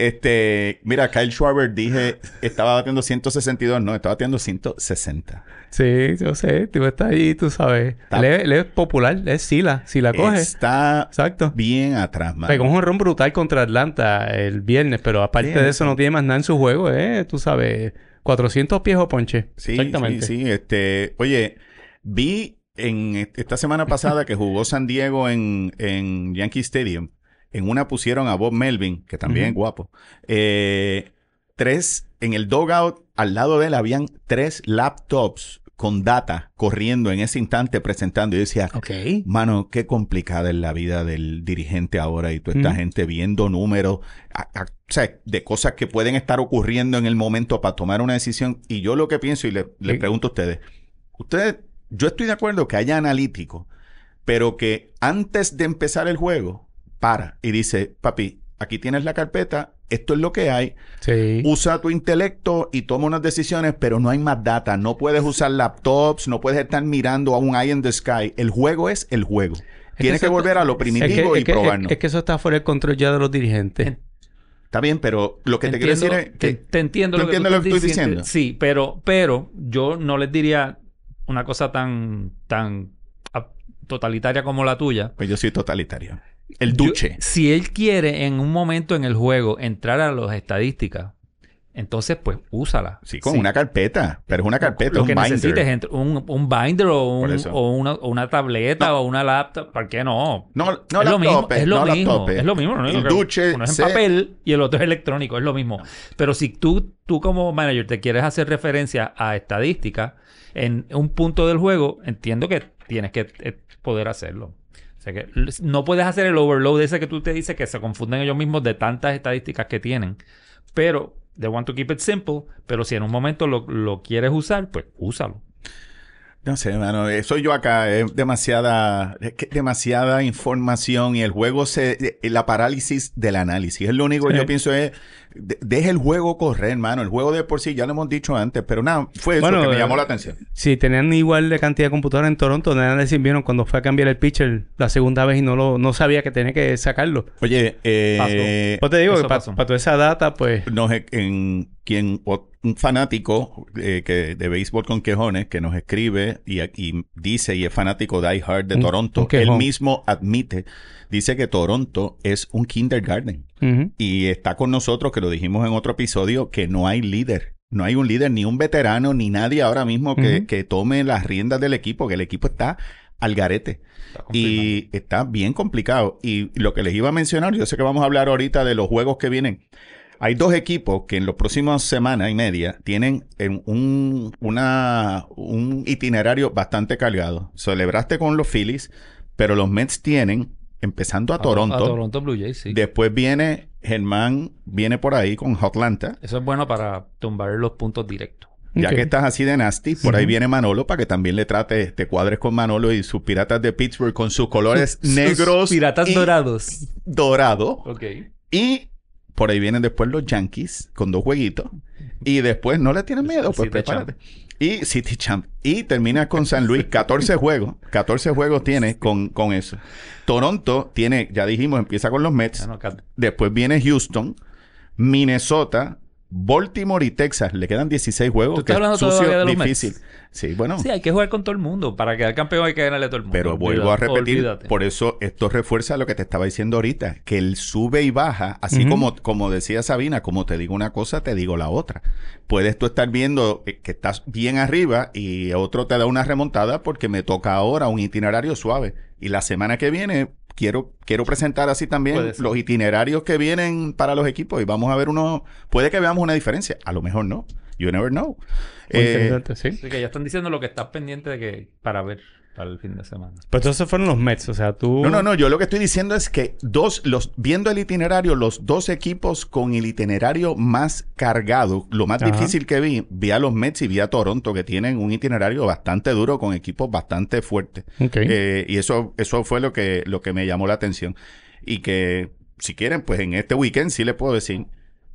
Este, mira, Kyle Schwarber dije, estaba batiendo 162, no, estaba batiendo 160. Sí, yo sé. Tú estás ahí, tú sabes. Está- Él es, él es popular. Él es Sila. Si la coges. Está Exacto. bien atrás, man. Pegó un jonrón brutal contra Atlanta el viernes, pero aparte Bien. de eso no tiene más nada en su juego, ¿eh? Tú sabes, 400 pies o ponche. Sí, sí, sí. Este, oye, vi en est- esta semana pasada que jugó San Diego en, en Yankee Stadium. En una pusieron a Bob Melvin, que también es Ujú. guapo. Eh, tres, en el dugout, al lado de él habían tres laptops con data corriendo en ese instante presentando. Y yo decía, Ok. Mano, qué complicada es la vida del dirigente ahora y toda esta Ujú. gente viendo números, a- a- o sea, de cosas que pueden estar ocurriendo en el momento para tomar una decisión. Y yo lo que pienso y le, le Sí. pregunto a ustedes, ustedes, yo estoy de acuerdo que haya analítico, pero que antes de empezar el juego, para y dice, papi, aquí tienes la carpeta, esto es lo que hay, Sí. usa tu intelecto y toma unas decisiones, pero no hay más data. No puedes usar laptops, no puedes estar mirando a un eye in the sky. El juego es el juego. Tienes que eso- volver a lo Es que, primitivo es y que- probarnos. es que eso está fuera del control ya de los dirigentes. Está bien, pero lo que te quiero Entiendo- decir es te, que te entiendo ¿tú lo que tú entiendes lo que estás estoy diciendo. diciendo? Sí, pero, pero yo no les diría una cosa tan, tan ah, totalitaria como la tuya. pues yo soy totalitario. El Yo- duche. si él quiere en un momento en el juego entrar a las estadíticas, entonces pues úsala. sí, con una carpeta, pero es una carpeta, Lo un que necesites binder. entre un, un binder o, Por un- eso. o una, o una tableta o una laptop. ¿Por qué no? No, no es, lo mismo, laptop, es lo no mismo, laptop. es lo mismo. ¿no? El Lo que- duche, Uno es en se- papel y el otro es electrónico, es lo mismo. Pero si tú, tú como manager te quieres hacer referencia a estadística en un punto del juego, entiendo que tienes que eh, poder hacerlo. O sea que l- no puedes hacer el overload ese que tú te dices que se confunden ellos mismos de tantas estadísticas que tienen. Pero, they want to keep it simple, pero si en un momento lo, lo quieres usar, pues úsalo. No sé, mano, eh, soy yo acá, es demasiada, es que es demasiada información y el juego se, eh, la parálisis del análisis. Es lo único que Sí. yo pienso es, de- deja el juego correr, hermano. El juego de por sí, ya lo hemos dicho antes, pero nada, fue eso Bueno, que me eh, llamó la atención. Si tenían igual de cantidad de computadoras en Toronto, nada les sirvieron cuando fue a cambiar el pitcher la segunda vez y no lo no sabía que tenía que sacarlo. Oye, eh, Pues te digo eso que para pasó. toda esa data, pues... nos, e, en, quien, o- un fanático eh, que, de béisbol con quejones que nos escribe y, y dice, y es fanático de Hard de Un- Toronto, Mm, un él quejón. mismo admite, dice que Toronto es un kindergarten. ujú. Y está con nosotros, que lo dijimos en otro episodio, que no hay líder. No hay un líder, ni un veterano, ni nadie ahora mismo que, Ujú. que tome las riendas del equipo, que el equipo está al garete. Y está bien complicado. Y lo que les iba a mencionar, yo sé que vamos a hablar ahorita de los juegos que vienen. Hay dos equipos que en las próximas semanas y media tienen en un, una- un itinerario bastante cargado. Celebraste con los Phillies, pero los Mets tienen empezando a Toronto. A, Toronto Blue Jays, sí. Después viene Germán, viene por ahí con Atlanta. Eso es bueno para tumbar los puntos directos. Ya Ok. que estás así de nasty, por ahí Ujú. viene Manolo para que también le trate, te cuadres con Manolo y sus piratas de Pittsburgh con sus colores negros Piratas y dorados. dorado. Ok. Y por ahí vienen después los Yankees con dos jueguitos. Y después no le tienen miedo, pues City prepárate. Y City Champ. Y termina con San Luis. 14 juegos. 14 juegos tiene con, con eso. Toronto tiene, ya dijimos, empieza con los Ya Mets. no, cal- Después viene Houston, Minnesota, Baltimore y Texas. Le quedan 16 juegos. ¿Tú estás que es hablando todavía de los difícil. Mets? Sí, bueno. Sí, hay que jugar con todo el mundo. Para quedar campeón hay que ganarle a todo el mundo. Pero vuelvo a Olvídate, repetir, olvídate. por eso esto refuerza lo que te estaba diciendo ahorita, que el sube y baja, así Ujú. como, como decía Sabina, como te digo una cosa, te digo la otra. Puedes tú estar viendo eh, que estás bien arriba y otro te da una remontada porque me toca ahora un itinerario suave. Y la semana que viene quiero, quiero presentar así también Puede ser. los itinerarios que vienen para los equipos y vamos a ver uno, puede que veamos una diferencia, a lo mejor no. You never know. Muy Eh, interesante, sí. Así que ya están diciendo lo que estás pendiente de que para ver para el fin de semana. Pues entonces fueron los Mets, o sea, tú... No, no, no. Yo lo que estoy diciendo es que dos, los, viendo el itinerario, los dos equipos con el itinerario más cargado, lo más Ajá. difícil que vi, vi a los Mets y vi a Toronto, que tienen un itinerario bastante duro con equipos bastante fuertes. Ok. Eh, y eso, eso fue lo que, lo que me llamó la atención. Y que, si quieren, pues en este weekend sí les puedo decir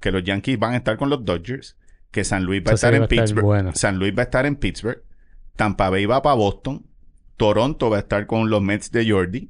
que los Yankees van a estar con los Dodgers, que San Luis va a Eso sí estar va en a estar Pittsburgh. bueno. San Luis va a estar en Pittsburgh. Tampa Bay va para Boston. Toronto va a estar con los Mets de Jordi.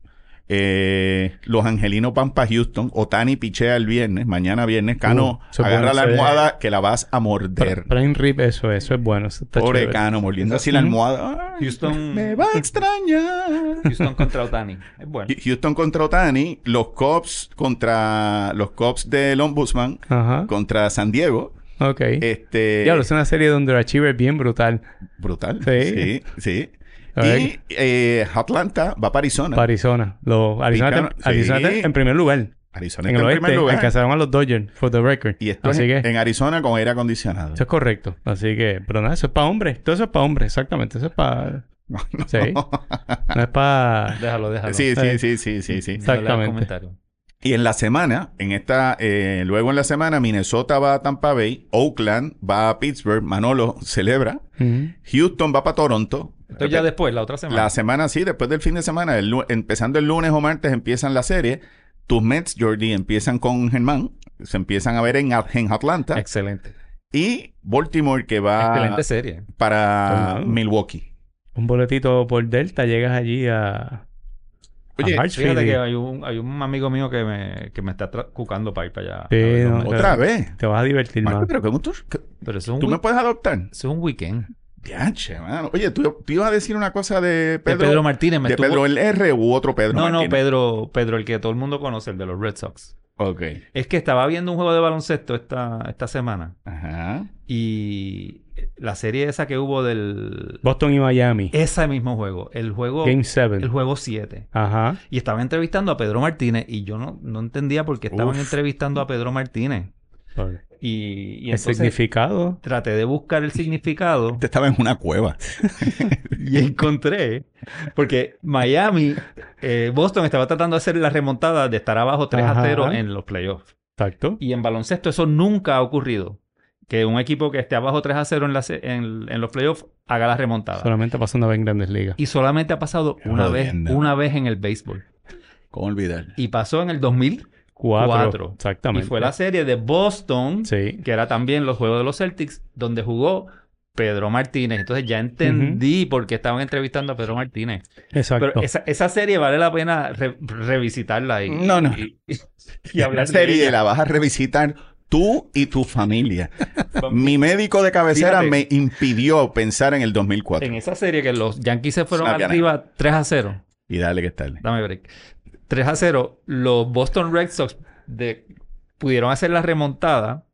Eh, los angelinos van para Houston. Otani pichea el viernes, mañana viernes. Cano, Uh, eso es agarra bueno, la eso es- almohada que la vas a Pr- morder. Prime Rib, eso, eso es bueno. Eso está Pobre chévere. Cano, mordiendo así la Ujú. almohada. Ay, Houston- Me va a extrañar. Houston contra Otani. Es bueno. Houston contra Otani, los Cubs contra los Cubs del Ombudsman Ajá. contra San Diego. Ok. Este Diablo, es una serie de underachievers bien brutal. brutal. Sí, Sí. sí. A Y ver. eh, Atlanta va para Arizona. Para Arizona. Los, Arizona, Picaron- tem- Arizona sí. tem- en primer lugar. Arizona En está el en primer oeste lugar. alcanzaron a los Dodgers, for the record. Y esto Así es que en Arizona con aire acondicionado. eso es correcto. Así que, pero nada, eso es para hombres. Todo eso es para hombres, exactamente. Eso es para... No, no. Sí. No es para... Déjalo, déjalo. Sí, sí, Eh. sí, sí, sí, sí. No le hagas Exactamente. comentario. Y en la semana, en esta, eh, luego en la semana, Minnesota va a Tampa Bay, Oakland va a Pittsburgh, Manolo celebra, Ujú. Houston va para Toronto. Esto ya después, la otra semana. La semana sí, después del fin de semana, el lu- empezando el lunes o martes empiezan la serie. Tus Mets, Jordi, empiezan con Germán, se empiezan a ver en, At- en Atlanta Excelente. y Baltimore que va Excelente serie. para Ah. Milwaukee. Un boletito por Delta, llegas allí a... Oye, a Hartsfield Fíjate y que hay un, hay un amigo mío que me, que me está tra- cucando para ir para allá. Sí, A ver los no, Mets. Otra vez. Te vas a divertir Macho, más. pero ¿cómo tú, que- Pero eso es tú un, me wee- puedes adoptar? eso es un weekend. Dianche, mano. Oye, tú, tú ibas a decir una cosa de De Pedro, de Pedro Pedro, Martínez me estuvo- el R u otro Pedro. No, no, Martínez. Pedro, Pedro, el que todo el mundo conoce, el de los Red Sox. Ok. Es que estaba viendo un juego de baloncesto esta, esta semana Ajá. y la serie esa que hubo del... Boston y Miami. Ese mismo juego, el juego, Game el 7. juego 7. Ajá. Y estaban entrevistando a Pedro Martínez y yo no, no entendía por qué estaban Uf. entrevistando a Pedro Martínez. Y, y el entonces significado. traté de buscar el significado Te estaba en una cueva. y encontré, porque Miami, eh, Boston estaba tratando de hacer la remontada de estar abajo 3 a Ajá. 0 en los playoffs. Exacto. Y en baloncesto eso nunca ha ocurrido. Que un equipo que esté abajo 3 a 0 en, la se- en- en los playoffs haga la remontada. Solamente pasa una vez en grandes ligas. Y solamente ha pasado Qué una vez, jodienda. una vez en el béisbol. ¿Cómo olvidar? Y pasó en el 2000 Cuatro. Cuatro. y Exactamente. fue la serie de Boston, Sí. que era también los Juegos de los Celtics, donde jugó Pedro Martínez. Entonces ya entendí por qué estaban entrevistando a Pedro Martínez. Exacto. Pero esa, esa serie vale la pena re- revisitarla y, No, no. y, y hablar la de serie ella. la vas a revisitar tú y tu familia. Mi médico de cabecera Fíjate. me impidió pensar en el 2004. En esa serie que los Yankees se fueron Una piana. arriba 3 a 0. Y dale que es tarde. Dame break. 3 a 0. Los Boston Red Sox de- pudieron hacer la remontada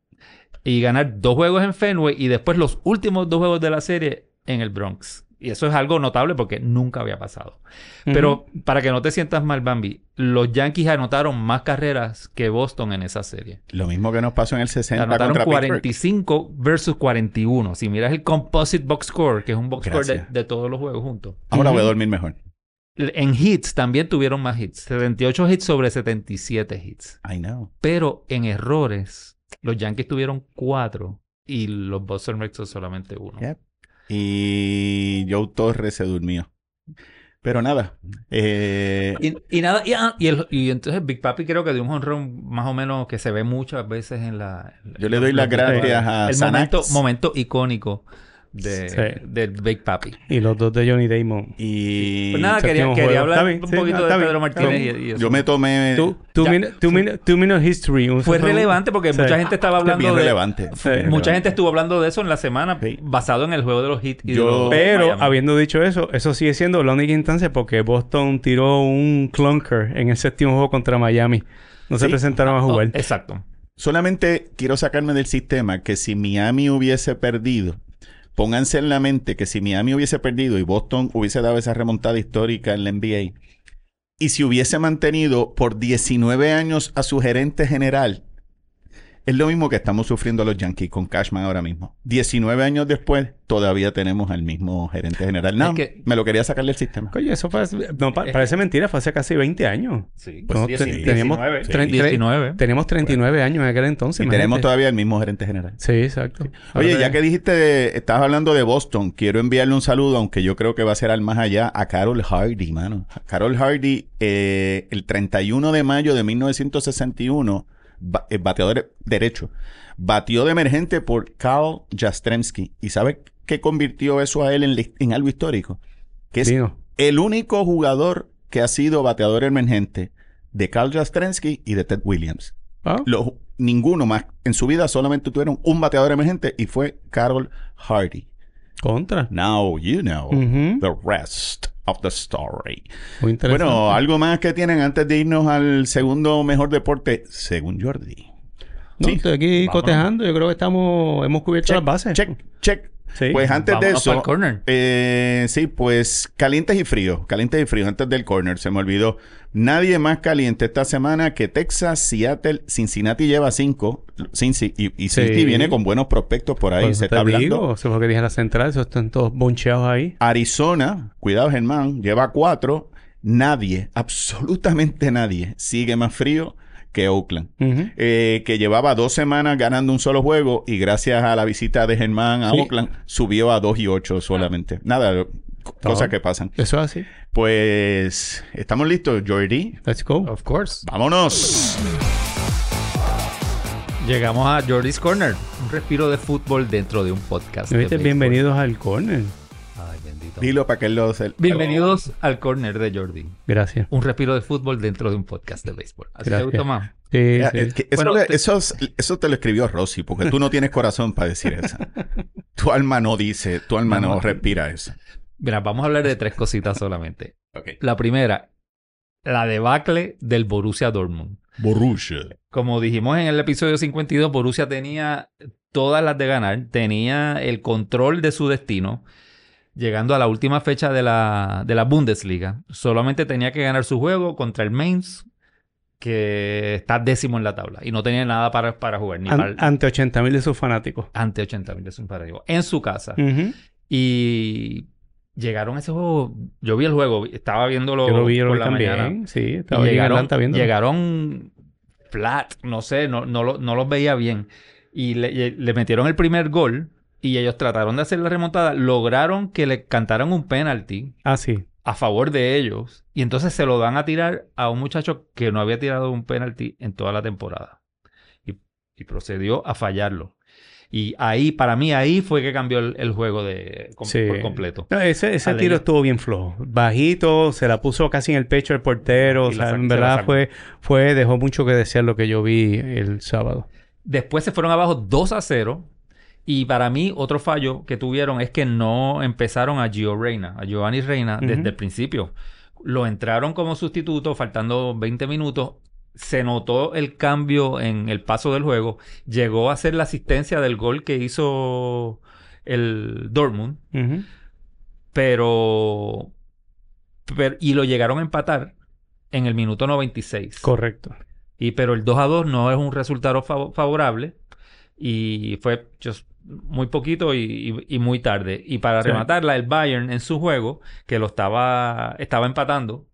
y ganar dos juegos en Fenway y después los últimos dos juegos de la serie en el Bronx. Y eso es algo notable porque nunca había pasado. Ujú. Pero para que no te sientas mal, Bambi, los Yankees anotaron más carreras que Boston en esa serie. Lo mismo que nos pasó en el 60 Anotaron contra 45 versus 41. Si miras el Composite Box Score, que es un box score de, Gracias. Ah, de todos los juegos juntos. Pittsburgh. Ahora voy a Ujú. dormir mejor. En hits también tuvieron más hits. 78 hits sobre 77 hits. I know. Pero en errores, los Yankees tuvieron cuatro y los Boston Red Sox solamente uno. Yep. Y Joe Torres se durmió. Pero nada. eh, Y, y nada, y, ah, y el- y entonces Big Papi creo que dio un honrón más o menos que se ve muchas veces en la... en la- yo le doy las gracias a El Xanax momento, momento icónico de, Sí. del Big Papi. Y los dos de Johnny Damon. y Pues nada, quería, séptimo quería juego. hablar Está bien, un sí, poquito no, de está Pedro bien, está Martínez y, y eso. yo me tomé... Two, two, Eh, Ya. minute, two, minute, two minute history. Un- Fue relevante porque Sí. mucha gente estaba bien hablando de... relevante. Sí. Bien Mucha relevante. gente estuvo hablando de eso en la semana Sí. basado en el juego de los hits y de Yo- los Pero Miami. habiendo dicho eso, eso sigue siendo la única instancia porque Boston tiró un clunker en el séptimo juego contra Miami. No se Sí. presentaron a Oh, jugar. Exacto. Solamente quiero sacarme del sistema que si Miami hubiese perdido, pónganse en la mente que si Miami hubiese perdido y Boston hubiese dado esa remontada histórica en la NBA, y si hubiese mantenido por 19 años a su gerente general, es lo mismo que estamos sufriendo los Yankees con Cashman ahora mismo. 19 años después, todavía tenemos al mismo gerente general. No, Es que- me lo quería sacar del sistema. Oye, eso fue... No, Eh. pa- parece mentira. Fue hace casi 20 años. Sí. Pues No, dieci- te- teníamos, 19, sí. tre- tre- 19. tenemos 39 años en aquel entonces. Y imagínate. tenemos todavía el mismo gerente general. Sí, exacto. Oye, Ahora- ya que dijiste, de- estabas hablando de Boston, quiero enviarle un saludo, aunque yo creo que va a ser al más allá, a Carol Hardy, mano. Carol Hardy, eh, el 31 de mayo de 1961, ba- eh, bateador de- derecho, batió de emergente por Carl Jastremski. ¿Y sabes qué convirtió eso a él en, li- en algo histórico? Que es Dino. el único jugador que ha sido bateador emergente de Carl Jastremski y de Ted Williams Ah, los- ninguno más en su vida solamente tuvieron un bateador emergente y fue Carol Hardy. Contra. Now you know Ujú. the rest of the story. Muy interesante. Bueno, ah, algo más que tienen antes de irnos al segundo mejor deporte, según Jordi. No, sí. estoy aquí Vámonos. cotejando. Yo creo que estamos... Hemos cubierto las bases. Check, check. Sí. Pues antes de Vámonos pa'l eso, corner. eh, sí, pues calientes y fríos, calientes y fríos antes del corner, se me olvidó. Nadie más caliente esta semana que Texas, Seattle, Cincinnati lleva cinco, Cincy, y, y Sí. Cincy viene con buenos prospectos por ahí, Por eso se te está hablando. digo, Eso es lo que dije en la central. Eso están todos boncheados ahí. Arizona, cuidado Germán, lleva cuatro. Nadie, absolutamente nadie, sigue más frío que Oakland. Ujú. Eh, que llevaba dos semanas ganando un solo juego y gracias a la visita de Germán a Sí. Oakland subió a 2 y 8 solamente. Nada, c- cosas Todo. que pasan. Eso es así. Pues estamos listos, Jordi. Let's go. Of course. Vámonos. Llegamos a Jordy's Corner. Un respiro de fútbol dentro de un podcast. de ¿Viste? béisbol. Bienvenidos al corner. Ay, bendito. Dilo para que él lo... se- Bienvenidos al Corner de Jordi. Gracias. Un respiro de fútbol dentro de un podcast de béisbol. Así te Gracias. gusta más. Sí, Eh, sí. es que eso, Bueno, le- te- eso es- eso te lo escribió Rossi, porque tú no tienes corazón para decir eso. tu alma no dice, tu alma no, No, no. respira eso. Mira, vamos a hablar de tres cositas solamente. Ok. La primera, la debacle del Borussia Dortmund. Borussia. Como dijimos en el episodio 52, Borussia tenía todas las de ganar, tenía el control de su destino. Llegando a la última fecha de la, de la Bundesliga, solamente tenía que ganar su juego contra el Mainz, que está décimo en la tabla, y no tenía nada para, para jugar, ni An- para- ante 80 mil de sus fanáticos. ante 80 mil, es un paradigma, en su casa. Ujú. Y llegaron a ese juego. Yo vi el juego, estaba viéndolo Yo lo vi, yo lo por vi la también. mañana. Sí, Y estaba ahí en llegaron, Atlanta viendo. llegaron flat, no sé, no, no, lo- no los veía bien. Y le, y le metieron el primer gol y ellos trataron de hacer la remontada. Lograron que le cantaran un penalti Ah, sí. a favor de ellos. Y entonces se lo van a tirar a un muchacho que no había tirado un penalti en toda la temporada. Y, y procedió a fallarlo. Y ahí, para mí, ahí fue que cambió el, el juego de, com- Sí. por completo. No, ese ese Ale- tiro estuvo bien flojo. Bajito, se la puso casi en el pecho el portero. Y O la sea, sac- se en la verdad sacó. fue, fue, dejó mucho que desear lo que yo vi el sábado. Después se fueron abajo 2 a 0. Y para mí, otro fallo que tuvieron es que no empezaron a Gio Reina, a Giovanni Reina, Ujú. desde el principio. Lo entraron como sustituto, faltando 20 minutos. Se notó el cambio en el paso del juego. Llegó a ser la asistencia del gol que hizo el Dortmund. Ujú. Pero, pero- Y lo llegaron a empatar en el minuto 96. Correcto. Y pero el 2 a 2 no es un resultado fav- favorable. Y fue just muy poquito y, y- y muy tarde. Y para Sí. rematarla, el Bayern en su juego, que lo estaba, estaba empatando,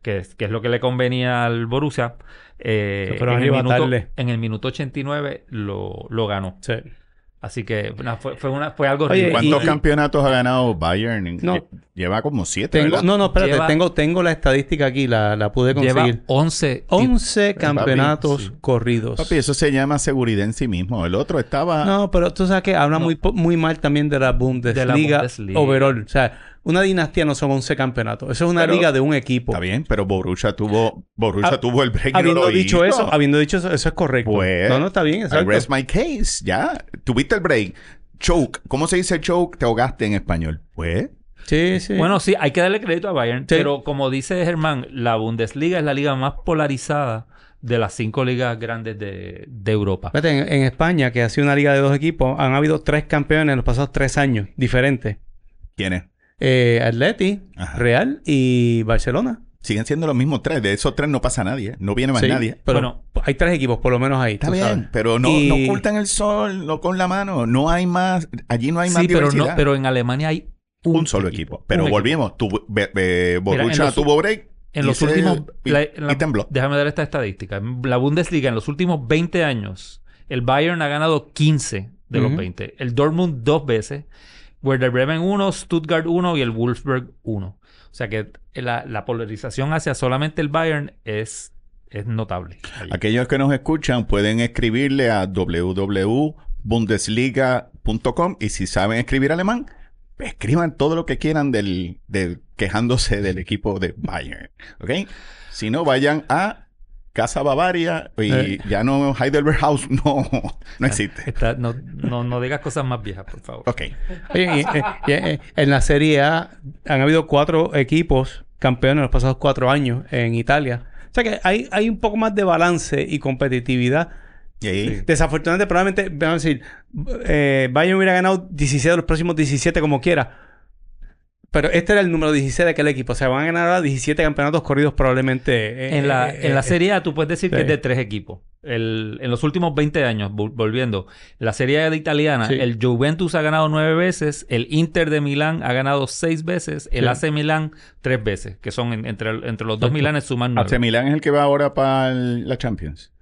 que es, que es lo que le convenía al Borussia, eh, Se fueron en, el arriba minuto, tarde. en el minuto 89 lo, lo ganó. Sí. Así que na, fue, fue una, fue algo Oye, horrible. ¿Cuántos Eh, y- campeonatos ha ganado Bayern? No. Lle- Lleva como siete, Tengo, ¿verdad? no, no, espérate, Lleva- tengo, tengo la estadística aquí, la, la pude Lleva conseguir. 11 tit- 11 campeonatos sí. corridos. Papi, eso se llama seguridad en sí mismo. El otro estaba... No, pero tú sabes que habla No. muy, po- muy mal también de la Bundesliga, Bundesliga. overall. O sea, una dinastía no son 11 campeonatos. Eso es una Pero- liga de un equipo. Está bien, pero Borussia tuvo, Borussia Ha- tuvo el break y no Habiendo lo dicho hizo. eso, habiendo dicho eso, eso es correcto. Pues, no, no, está bien, I exacto. rest my case. Ya. Tuviste el break. Choke. ¿Cómo se dice choke? Te ahogaste en español. Pues... Sí, sí. Bueno, sí, hay que darle crédito a Bayern, Sí. pero como dice Germán, la Bundesliga es la liga más polarizada de las cinco ligas grandes de, de Europa. Fíjate, en, en España, que ha sido una liga de dos equipos, han habido tres campeones en los pasados tres años, diferentes. ¿Quién es? Eh, Atleti, Ajá. Real y Barcelona. Siguen siendo los mismos tres. De esos tres no pasa nadie. No viene más Sí, nadie. Pero Bueno. hay tres equipos, por lo menos ahí. Está tú bien, sabes. pero no, Y- no ocultan el sol, no con la mano. No hay más... Allí no hay más sí, pero, no, diversidad. pero en Alemania hay un, solo equipo. Pero un equipo. volvimos. Tu, be- be- Borussia Mira, en los- tuvo break. En y los se- últimos... Y, la- en la- y tembló. Déjame dar esta estadística. La Bundesliga en los últimos 20 años, el Bayern ha ganado 15 de los Ujú. 20. El Dortmund dos veces. Werder Bremen 1, Stuttgart 1 y el Wolfsburg 1. O sea que la, la polarización hacia solamente el Bayern es, es notable. Ahí. Aquellos que nos escuchan pueden escribirle a www.bundesliga.com y si saben escribir alemán, pues escriban todo lo que quieran del, del- quejándose del equipo de Bayern. ¿Ok? Si no, vayan a Casa Bavaria y Eh. ya no Heidelberg House, no, no existe. Está- no, no, no digas cosas más viejas, por favor. Ok. Oye, y- y- y- y- en la Serie A han habido cuatro equipos campeones en los pasados cuatro años en Italia. O sea que hay, hay un poco más de balance y competitividad. Y ahí, Desafortunadamente, probablemente, vamos a decir, eh, Bayern hubiera ganado 17 de los próximos 17 como quiera. Pero este era el número 16 de aquel equipo. O sea, van a ganar ahora 17 campeonatos corridos probablemente. eh, En la, eh, en la eh, Serie A tú puedes decir que sí. es de tres equipos. El- en los últimos 20 años, vol- volviendo, la Serie A de italiana, Sí. el Juventus ha ganado nueve veces, el Inter de Milán ha ganado seis veces, el Sí. AC Milán tres veces, que son en- entre, entre los dos Exacto. Milanes suman nueve. AC Milán es el que va ahora para el- la Champions.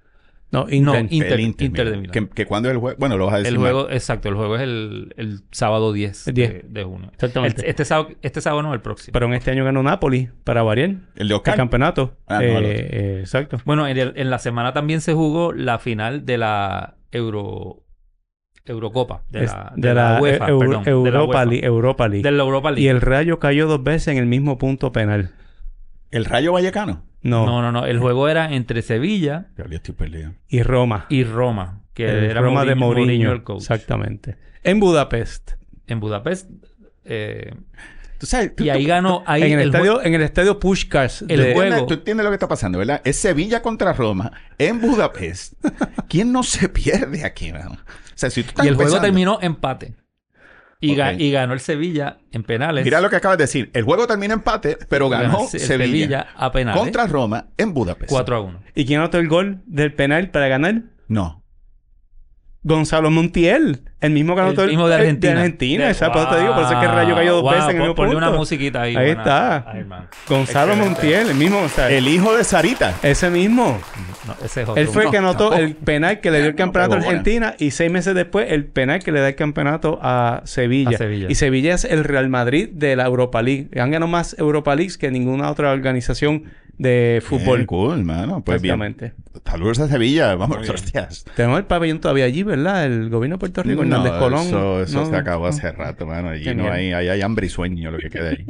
No, no, Inter. Inter, el Inter, Inter de Milán. Milán. Que, que cuando es el juego, bueno, lo vas a decir. El mal. juego, exacto, el juego es el, el sábado 10, El 10. De, de junio. Exactamente. El- este, sábado, este sábado no, el próximo. eh, Pero en este año ganó Napoli para variar. El de El Oscar. campeonato. Ah, no, Eh, al otro. eh, exacto. Bueno, en, el- en la semana también se jugó la final de la Euro Eurocopa, de Es- la, de la UEFA, Eu- perdón, de la Europa UEFA. League. Europa League. De la Europa League. Y el Rayo cayó dos veces en el mismo punto penal. El Rayo Vallecano. No. No, no, no. El juego era entre Sevilla Ya, yo estoy perdido. Y Roma. y Roma, que El era Roma de Mourinho. el coach. Exactamente. En Budapest. En Budapest. eh, Tú sabes, tú- y ahí ganó. Ahí en, el el jue- estadio, en el estadio Pushkas. El de- juego- Entiendes- Tú entiendes lo que está pasando, ¿verdad? Es Sevilla contra Roma en Budapest. ¿Quién no se pierde aquí, mano? O sea, si tú estás y el juego empezando- terminó empate. Y, ga- Ok. y ganó el Sevilla en penales. Mira lo que acabas de decir. El juego termina empate, pero ganó el Sevilla, a penales. contra Roma en Budapest. 4 a 1. ¿Y quién anotó el gol del penal para ganar? No. Gonzalo Montiel. El mismo que El anotó el, mismo de el- Argentina. Argentina, De- exacto. Por eso te digo, por eso es que el Rayo cayó dos Wow, veces en el pon- mismo ponle punto. una musiquita ahí. Ahí buena. está. Ay, man. Gonzalo Excelente. Montiel, el mismo. O sea, El hijo de Sarita. ese mismo. No, ese es otro. Él fue el que No, anotó tampoco. el penal que le dio el No, campeonato a pero bueno. Argentina y seis meses después el penal que le da el campeonato a Sevilla. A Sevilla. Y Sevilla es el Real Madrid de la Europa League. Han ganado más Europa Leagues que ninguna otra organización de fútbol. Bien, cool, mano. Pues bien. Exactamente. Saludos a Sevilla. Vamos, hostias. Tenemos el pabellón todavía allí, ¿verdad? El gobierno de Puerto Rico, Hernández Colón. Eso, eso No, se acabó no. hace rato, mano. Allí Qué no mierda. hay, ahí hay hambre y sueño lo que queda ahí.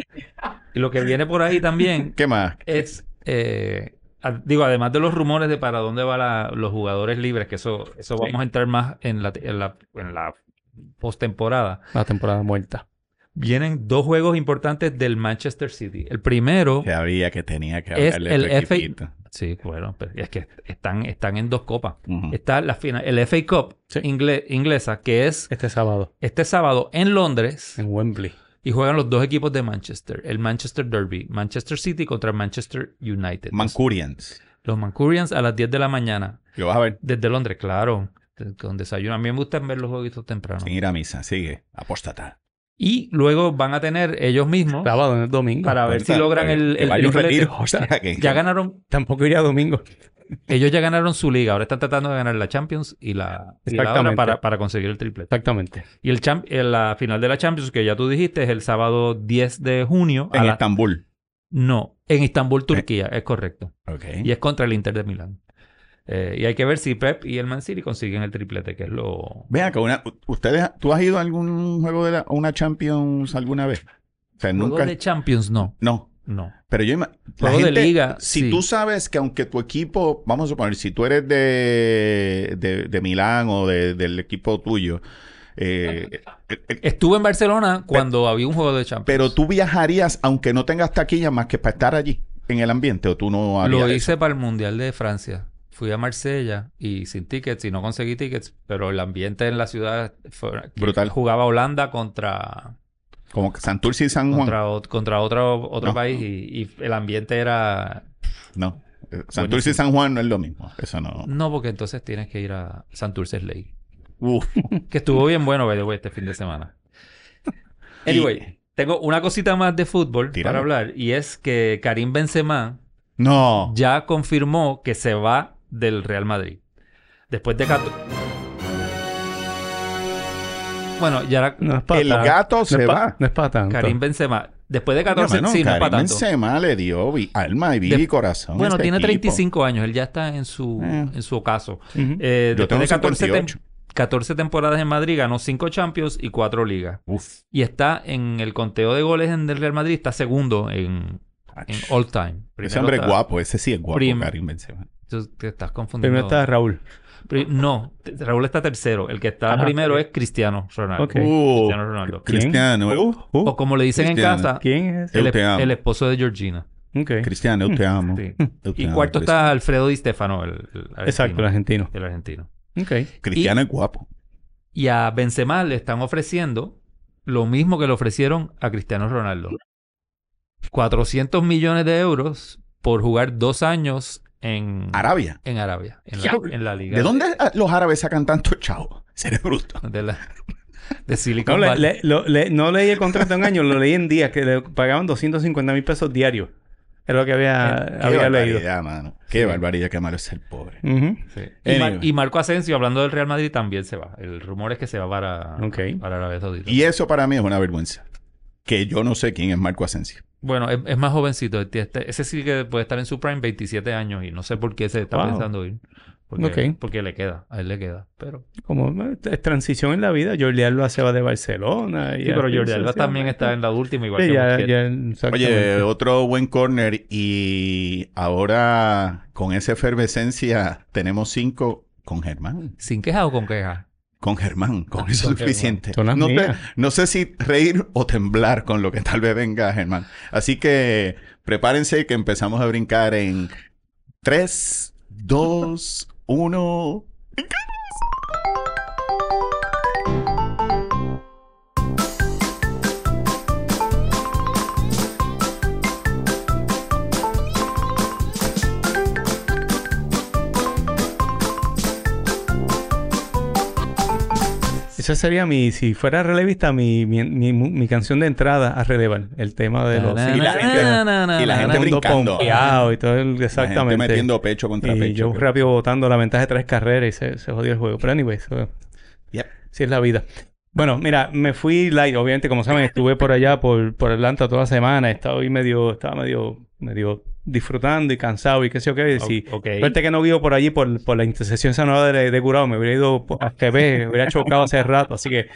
Y lo que viene por ahí también ¿Qué más? es, eh, a- digo, además de los rumores de para dónde van los jugadores libres, que eso, eso vamos a entrar más en la, en la, en la postemporada, La temporada muerta. vienen dos juegos importantes del Manchester City. El primero, Que había que tenía que Es hablarle el a tu FA equipito. sí, bueno, pero es que están, están en dos copas. Ujú. Está la final, el FA Cup Sí. ingle- inglesa, que es Este sábado, este sábado en Londres. en Wembley. Y juegan los dos equipos de Manchester, el Manchester Derby, Manchester City contra Manchester United. Mancurians. Los Mancurians a las 10 de la mañana. Lo vas a ver. Desde Londres, claro. Te- Con desayuno. A mí me gusta ver los jueguitos temprano. Sin ir a misa, sigue, apóstata. Y luego van a tener ellos mismos Sábado, no es domingo. para ver si Ahorita, logran eh, el, que el vaya un triplete. retiro, o sea, que- Ya ganaron, Tampoco iría domingo. ellos ya ganaron su liga. Ahora están tratando de ganar la Champions y la, y la otra Exactamente. para, para conseguir el triplete. Exactamente. Y el champ- eh, la final de la Champions, que ya tú dijiste, es el sábado 10 de junio. a en la- Estambul. No, en Estambul, Turquía, es correcto. Ok. Y es contra el Inter de Milán. Eh, y hay que ver si Pep y el Man City consiguen el triplete, que es lo... Vean que una, u- ustedes, ¿tú has ido a algún juego de la, a una Champions alguna vez? O sea, Juego nunca. de Champions, no. No. No. Pero yo ima- la Juego de gente- liga, Si sí. tú sabes que aunque tu equipo, vamos a suponer, si tú eres de, de, de Milán o de- del equipo tuyo, eh, eh, eh, Estuve en Barcelona cuando había un juego de Champions. pero tú viajarías aunque no tengas taquilla más que para estar allí en el ambiente o tú no harías Lo eso? hice para el Mundial de Francia. Fui a Marsella y sin tickets y no conseguí tickets, pero el ambiente en la ciudad fue que Brutal. Jugaba Holanda contra como que Santurce y San Juan. contra, ot- contra otro otro No. país y, y el ambiente era No. Eh, Santurce y San Juan no es lo mismo. Eso no. no porque entonces tienes que ir a Santurce Ley, Uf. que estuvo bien bueno by the way, este fin de semana. Anyway, tengo una cosita más de fútbol Tíralo. para hablar y es que Karim Benzema No. ya confirmó que se va del Real Madrid. Después de... cato- Bueno, ya la- No es para El gato no se es pa- va. No es para tanto. Karim Benzema. Después de 14... Hermano, sí, no es Karim para tanto. Benzema le dio vi- alma y vida De- y corazón. a Bueno, este tiene equipo. 35 años. Él ya está en su, Eh. en su ocaso. Ujú. Eh, Yo después tengo de 14, tem- 58. 14 temporadas en Madrid, ganó 5 Champions y 4 Ligas. Uf. Y está en el conteo de goles en el Real Madrid. Está segundo en, en all time. Ese Primero hombre es está- guapo, ese sí es guapo, Prim- Karim Benzema. Tú te estás confundiendo. Primero está Raúl. Pri- No, te- Raúl está tercero. El que está Ajá. primero es Cristiano Ronaldo. Ok. Uh, Cristiano Ronaldo. ¿Quién? Cristiano, Uh, uh, O como le dicen en Cristiano. casa, ¿Quién es ese? el, Yo te esp- amo. el esposo de Georgina. Ok. Cristiano, yo te amo. Sí. Yo te Y amo, cuarto Cristiano. está Alfredo Di Stefano, el, el argentino. Exacto, el argentino. El argentino. Ok. Cristiano es guapo. Y a Benzema le están ofreciendo lo mismo que le ofrecieron a Cristiano Ronaldo. 400 millones de euros por jugar dos años en, Arabia. en Arabia, en la, Diablo. en la liga. ¿De dónde ah, los árabes sacan tanto chavo? Seré bruto. De, la, de Silicon No, le- Valley. le- lo- le- no leí el contrato en años, lo leí en días, que le pagaban 250 mil pesos diarios. Es lo que había, Qué había leído. barbaridad, mano. Qué barbaridad, qué malo es ser pobre. Ujú. Sí. Y, Mar- Anyway. y Marco Asensio, hablando del Real Madrid, también se va. El rumor es que se va para, Ah. Ok. para Arabia Saudita. Y eso para mí es una vergüenza. Que yo no sé quién es Marco Asensio. Bueno, es, es más jovencito. Este- este- ese sí que puede estar en su prime 27 años y no sé por qué se está Wow. pensando ir. Porque, Ok. porque le queda, a él le queda. Pero, Como eh, es transición en la vida. Jordi Alba se va de Barcelona. y sí, pero así Jordi Alba también sucesivamente. está en la última, igual Sí, que ya, Busquets. ya, Oye, eh, exactamente. otro buen corner y ahora con esa efervescencia tenemos cinco con Germán. ¿Sin queja o con queja? Con Germán, con eso Con es suficiente. Ah, Germán. Son las No, te- mías. no sé si reír o temblar con lo que tal vez venga Germán. Así que prepárense que empezamos a brincar en 3, 2, 1. Esa sería mi, si fuera relevista, mi, mi, mi, mi canción de entrada a relevar. El tema de los. y la gente- y la gente Todo brincando. pompeado y todo el- exactamente. La gente metiendo pecho contra y pecho. yo rápido votando la ventaja de tres carreras y se, se jodió el juego. Pero anyway, eso Yep. sí es la vida. Bueno, mira, me fui light. Obviamente, como saben, estuve por allá, por, por Atlanta toda la semana. Estaba ahí medio, estaba medio, medio disfrutando y cansado y qué sé yo qué. Y si- Ok. Suerte que no vivo por allí, por, por la intersección San Juan de, de Curado. Me hubiera ido a Quebec, me hubiera chocado hace rato. Así que,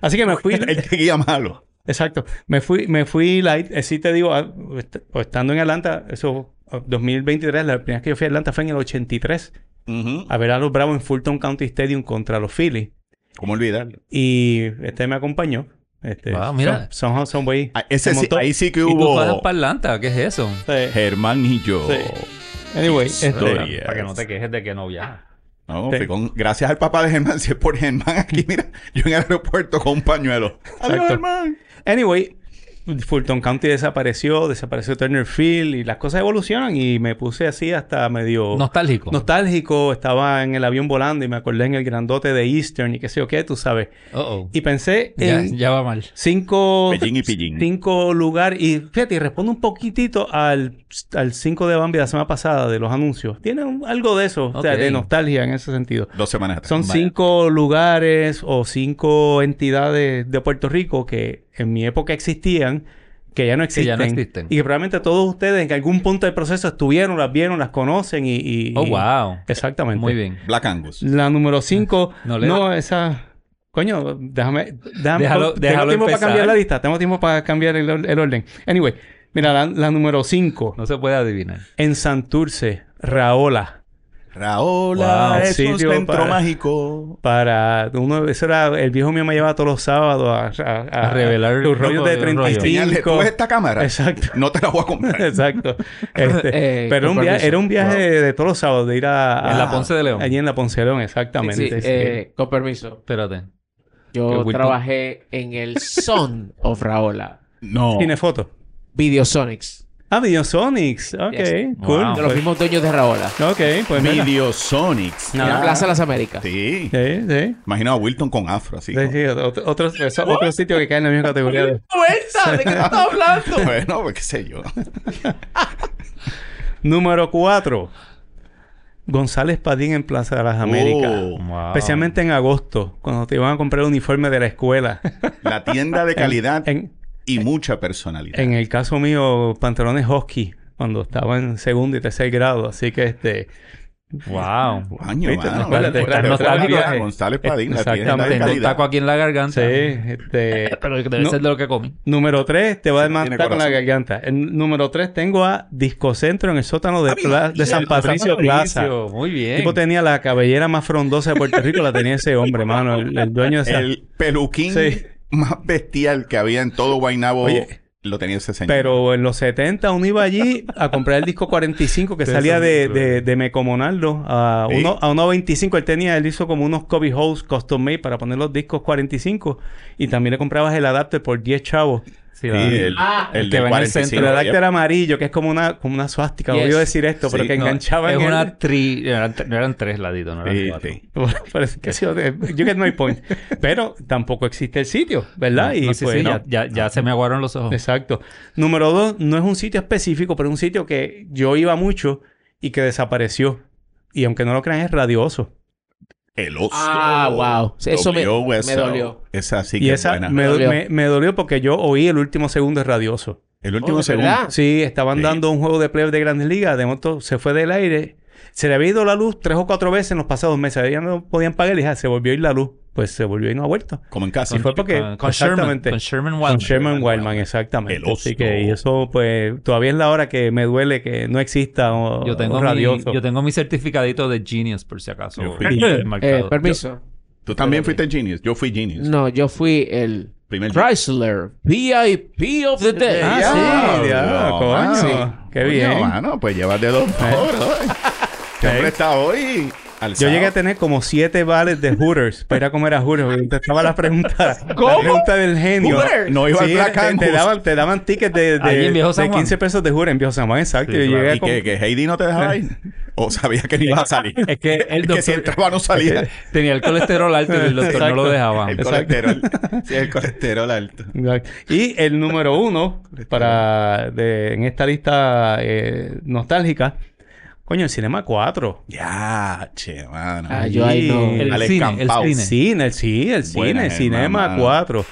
así que me fui. Él te guía malo. Exacto. Me fui, me fui light. Eh, sí te digo, ah, est- estando en Atlanta, eso, ah, 2023, la primera vez que yo fui a Atlanta fue en el 83, Ujú. a ver a los Bravos en Fulton County Stadium contra los Phillies. ¿Cómo olvidarlo? Y este me acompañó. Este, Wow, mira. Son, son, son güey. Ah, ese Se sí- montó. ahí sí que Y tú vas hubo para Atlanta, ¿qué es eso? Eh, Germán y yo. Sí. anyway, este, Historia. Para que no te quejes de que no viajas. No, Sí. fui con- gracias al papá de Germán, si es por Germán aquí, mira, yo en el aeropuerto con un pañuelo. Adiós, Exacto. Germán. Anyway, Fulton County desapareció, desapareció Turner Field y las cosas evolucionan y me puse así hasta medio Nostálgico. nostálgico. Estaba en el avión volando y me acordé en el grandote de Eastern y qué sé yo qué, tú sabes. Uh-oh. Y pensé Ya, en ya va mal. cinco, Pellín y pillín. cinco lugares y fíjate, y respondo un poquitito al, al 5 de Bambi de la semana pasada de los anuncios. Tiene un- algo de eso, o sea, Ok. de nostalgia en ese sentido. Dos semanas atrás. Son Vaya. cinco lugares o cinco entidades de Puerto Rico que en mi época existían, que ya no Que existen. ya no existen. Y que probablemente todos ustedes en algún punto del proceso estuvieron, las vieron, las conocen y... y- Oh, y- wow. Exactamente. Muy bien. Black Angus. La número cinco... Ah, No No, le- esa... Coño, déjame... déjame Déjalo- tengo déjalo tiempo empezar. para cambiar la lista. Tengo tiempo para cambiar el, or- el orden. Anyway, mira, la, la número cinco. No se puede adivinar. En Santurce, Raola. Raola Wow, es un sitio centro para- mágico. para uno eso era el viejo mío me llevaba todos los sábados a, a- a- A revelar los rollos de los rollos. 35 Enseñarle, tú ves esta cámara. exacto No te la voy a comprar. exacto Este, Eh, pero era un con via- permiso. era un viaje de todos los sábados de ir a, En la a- Ponce de León. Ah, allí en la Ponce de León Sí, exactamente sí, Sí. eh, con permiso. Espérate. Que Yo Wilton- trabajé en el Son of Raola. No. Cinefoto Videosonics. ah Videosonics ok Yes. cool Pues, Wow. De los mismos dueños de Raola. ok pues mira Videosonics. En la Plaza de las Américas. Sí. sí sí Imagino a Wilton con afro así. Sí, sí, otro, otro- eso- otro sitio que cae en la misma categoría de- ¡Vuelta! ¿De qué te estás hablando? Bueno, pues qué sé yo. número 4 González Padín en Plaza de las Américas Oh, Wow. Especialmente en agosto, cuando te iban a comprar el uniforme de la escuela. la tienda de calidad En, y mucha personalidad. en el caso mío, pantalones husky, cuando estaba en segundo y tercer grado. Así que este. Wow. Año, Viste, mano. acuérdate, Bueno, te claro, fue nostálgico, bien, eh. González Padín, la tienda de Exactamente, Tengo un calidad. taco aquí en la garganta. Sí, este. Pero debe No. ser de lo que comí. Número 3, te va a Tiene demandar con la corazón. garganta. El número 3, tengo a Discocentro en el sótano Ah, de, Pla- de San Patricio Plaza. Patricio, Muy El bien. tipo tenía la cabellera más frondosa de Puerto Rico, la tenía ese hombre, mano. El, el dueño de San El peluquín Sí. más bestial que había en todo Guaynabo Oye, lo tenía ese señor. Pero en los 70 uno iba allí a comprar el disco 45 que De salía San de, Pedro. de, de Mecomonaldo a Sí. uno a 1.25. Él tenía, él hizo como unos cubby holes custom made para poner los discos 45 y también le comprabas el adapter por 10 chavos. Sí, Sí, la- el, Ah, el el que de va en el 45. centro, el adapter amarillo, que es como una, como una suástica, Yes. obvio decir esto, pero Sí. que No, enganchaba es en una el- tri... Eran, eran tres laditos, no eran Sí, cuatro. sí. Parece que sí, you get my point. Pero tampoco existe el sitio, ¿verdad? No, sí, sí, no. ya, ya- ya se me aguaron los ojos. Exacto. Número dos, no es un sitio específico, pero es un sitio que yo iba mucho y que desapareció. Y aunque no lo crean, es radioso. El oso. Ah, wow. Eso me- Dolió esa- me dolió. Esa sí que Y es esa buena. me, Me dolió. me- me dolió porque yo oí el último segundo de radioso. El último Oh, ¿de segundo. verdad? Sí, estaban Sí. dando un juego de playoff de Grandes Ligas. De momento se fue del aire. Se le había ido la luz tres o cuatro veces en los pasados meses. Ya no podían pagar y ya se volvió a ir la luz. Pues se volvió y no ha vuelto. Como en casa. Sí, fue porque... Con, con Sherman. exactamente. Con Sherman Con Wildman. Sherman Wildman, exactamente. El oso. Así que y eso, pues, todavía es la hora que me duele que no exista o, Yo tengo, o mi, radioso. yo tengo mi certificadito de Genius, por si acaso. Yo fui- Eh, marcado. permiso. Tú también fuiste genius. Yo fui genius. No, yo fui el Primer Chrysler VIP of the Day. Ah, Ya, sí, ya, no, coño. mano. Qué Coño, bien. Eh. mano, pues llévate dos cobros. ¿Qué hombre está hoy? Yo alzado. llegué a tener como siete vales de Hooters para ir a comer a Hooters. Te estaba la pregunta, la pregunta del genio. Hooters. No iba al Sí, Black te, te Angus. daban, te daban tickets de, Allí de, en Viejo de San Juan. 15 pesos de Hooters en Viejo San Juan, exacto. Sí, yo claro. llegué ¿Y con- que, que Heidi no te dejaba ir? ¿O sabía que no iba a salir? Es que el que si doctor- entraba no salía. Tenía el colesterol alto y el doctor no lo Exacto. dejaba. El colesterol. Sí, el colesterol alto. Y el número uno para de- en esta lista eh, nostálgica, coño, el Cinema 4. Ya, che, mano. Ah, yo ahí no. El Alex cine, el Campau. cine. Cine, sí, el cine, Buena, Cinema hermano. 4.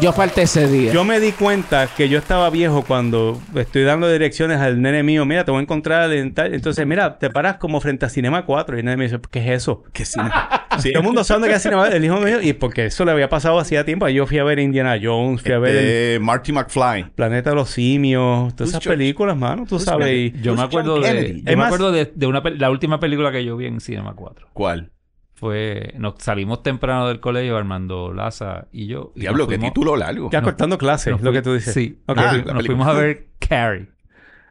Yo falté ese día. Yo me di cuenta que yo estaba viejo cuando estoy dando direcciones al nene mío. Mira, te voy a encontrar en tal. Entonces, mira, te paras como frente a Cinema 4. Y el nene me dice, ¿qué es eso? ¿Qué cine? Sí. Todo el mundo sabe que es Cinema El hijo mío. Y porque eso le había pasado hacía tiempo. Yo fui a ver Indiana Jones, fui a ver el Este, Marty McFly. Planeta de los Simios. Todas esas George- películas, mano. Tú sabes. y- Yo me acuerdo de, Kennedy. yo me Además- acuerdo de, de una, pel- la última película que yo vi en Cinema 4. ¿Cuál? Fue, nos salimos temprano del colegio, Armando Laza y yo. y Diablo, nos qué fuimos- título largo. Ya No. cortando clases, nos lo fui- que tú dices. Sí. Ok. Ah, Nos- la nos película. fuimos a ver Carrie.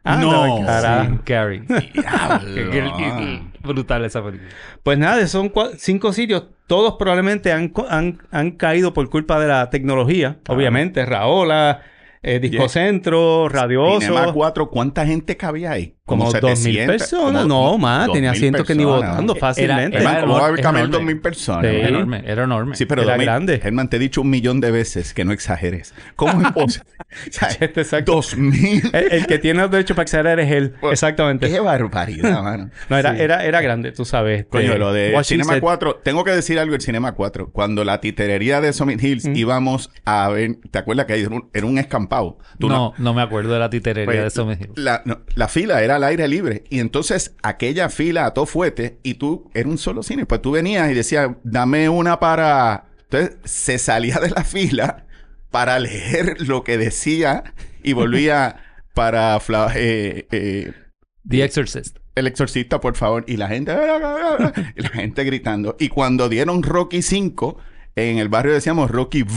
No. carajo. Sí, Carrie. Que- que- Diablo. que- Brutal esa película. Pues nada, son cua- cinco sitios. Todos probablemente han, co- han, han caído por culpa de la tecnología. Obviamente, Raola, eh, Discocentro, Cinema Radioso. 4, ¿cuánta gente cabía ahí? Como 2.000 700, personas. como No, más. 2.000 Tenía asientos que ni personas. votando Eh, fácilmente. era- Germán, ¿cómo va a haber enorme. caber 2.000 personas? Sí. Era Germán? enorme, era enorme. Sí, pero Era 2.000. grande. Germán, te he dicho un millón de veces que no exageres. ¿Cómo es posible? O sea, Este, exacto. Eh, 2.000. El, el que tiene los derechos para acceder es él. Bueno, Exactamente. Qué barbaridad, mano. No, era, Sí. era, era grande, tú sabes. este, Coño, lo de what she Cinema said. 4, tengo que decir algo del Cinema 4. Cuando la titerería de Summit Hills Mm. íbamos a ver, ¿te acuerdas que ahí era un, era un escampado? Tú no, no me acuerdo de la titerería Pues, de eso. me dijo. La, no, la fila era al aire libre. Y entonces aquella fila a todo fuete y tú era un solo cine. Pues tú venías y decías, dame una para. Entonces se salía de la fila para leer lo que decía y volvía para fla- eh, eh, The Exorcist. el exorcista, por favor. Y la gente, "Ah, ah, ah, ah", y la gente gritando. Y cuando dieron Rocky 5, en el barrio decíamos Rocky V.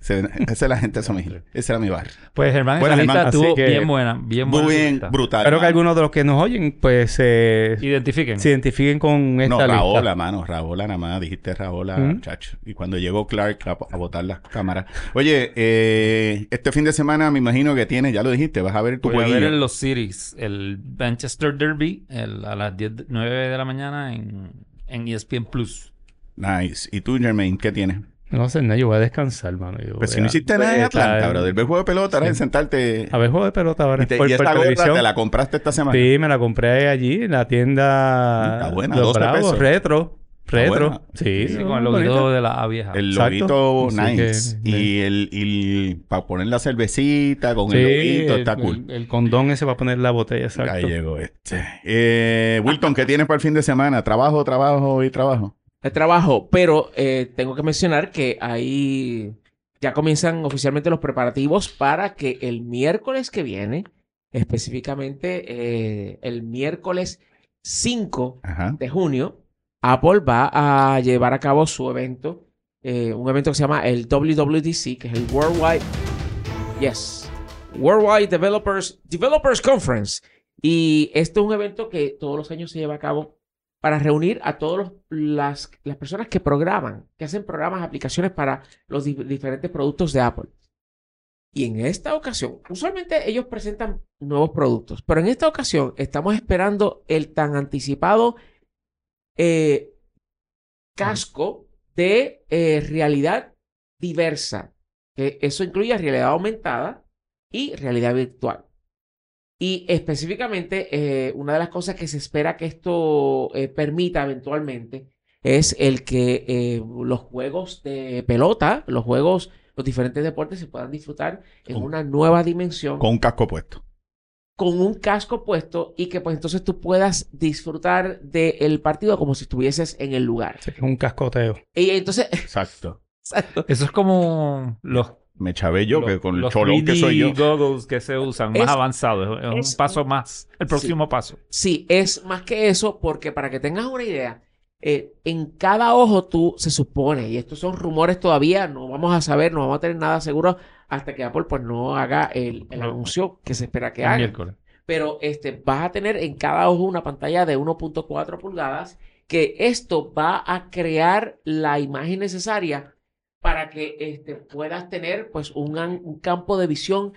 Se- esa es la gente de Somigil. Ese era mi barrio. Pues Germán, Bueno, esa Germán, lista así estuvo que- bien buena, bien buena. Muy esa bien, lista. brutal. Espero que algunos de los que nos oyen, pues eh, Identifiquen. se identifiquen con esta No, lista. Raola, mano. Raola nada más. Dijiste Raola, Ujú. chacho. Y cuando llegó Clark a, a botar las cámaras. Oye, eh, este fin de semana me imagino que tienes, ya lo dijiste, vas a ver tu Voy a ver jueguillo. en los series el Manchester Derby el- a las 10, de- 9 de la mañana en, en E ESPN Plus. Nice. ¿Y tú, Jermaine, qué tienes? No sé, no, yo voy a descansar, mano. Yo voy Pues si no a- hiciste nada en voy a Atlanta, estar- brother. Del juego de pelota, ahora es sentarte. A ver, juego de pelota ahora. y, te- Ah, por- y por esta gorra televisión. te la compraste esta semana. Sí, me la compré allí en la tienda. Mm, Está buena, Los 12 Bravos, pesos. retro. buena. Retro. Sí, Sí, sí, con el loguito de la A vieja. El Exacto. loguito Así nice. que, y el, y para poner la cervecita con Sí, el loguito, está el- cool. El, el condón ese va a poner la botella, exacto. Ahí llegó este. Eh, Wilton, ¿qué tienes para el fin de semana? Trabajo, trabajo y trabajo. El trabajo, pero eh, tengo que mencionar que ahí ya comienzan oficialmente los preparativos para que el miércoles que viene, específicamente eh, el miércoles 5 Ajá. de junio, Apple va a llevar a cabo su evento, eh, un evento que se llama el WWDC, que es el Worldwide, yes, Worldwide Developers, Developers Conference. Y este es un evento que todos los años se lleva a cabo para reunir a todas las, las personas que programan, que hacen programas, aplicaciones para los di- diferentes productos de Apple. Y en esta ocasión, usualmente ellos presentan nuevos productos, pero en esta ocasión estamos esperando el tan anticipado eh, casco de eh, realidad diversa, que eso incluye realidad aumentada y realidad virtual. Y específicamente, eh, una de las cosas que se espera que esto eh, permita eventualmente es el que eh, los juegos de pelota, los juegos, los diferentes deportes se puedan disfrutar en Con- una nueva dimensión Con un casco puesto. con un casco puesto y que pues entonces tú puedas disfrutar del partido como si estuvieses en el lugar. Sí, es un cascoteo. Y entonces, Exacto. exacto. Eso es como los, Me chavé yo, que los- con el los cholón que 3D soy yo. goggles que se usan, Es- más avanzados. Es, es es- un paso más. El próximo paso. Sí, es más que eso porque para que tengas una idea, eh, en cada ojo tú se supone, y estos son rumores todavía, no vamos a saber, no vamos a tener nada seguro hasta que Apple pues no haga el, el No. anuncio que se espera que El haga. miércoles. pero este, vas a tener en cada ojo una pantalla de 1.4 pulgadas, que esto va a crear la imagen necesaria para que este, puedas tener pues, un, an- un campo de visión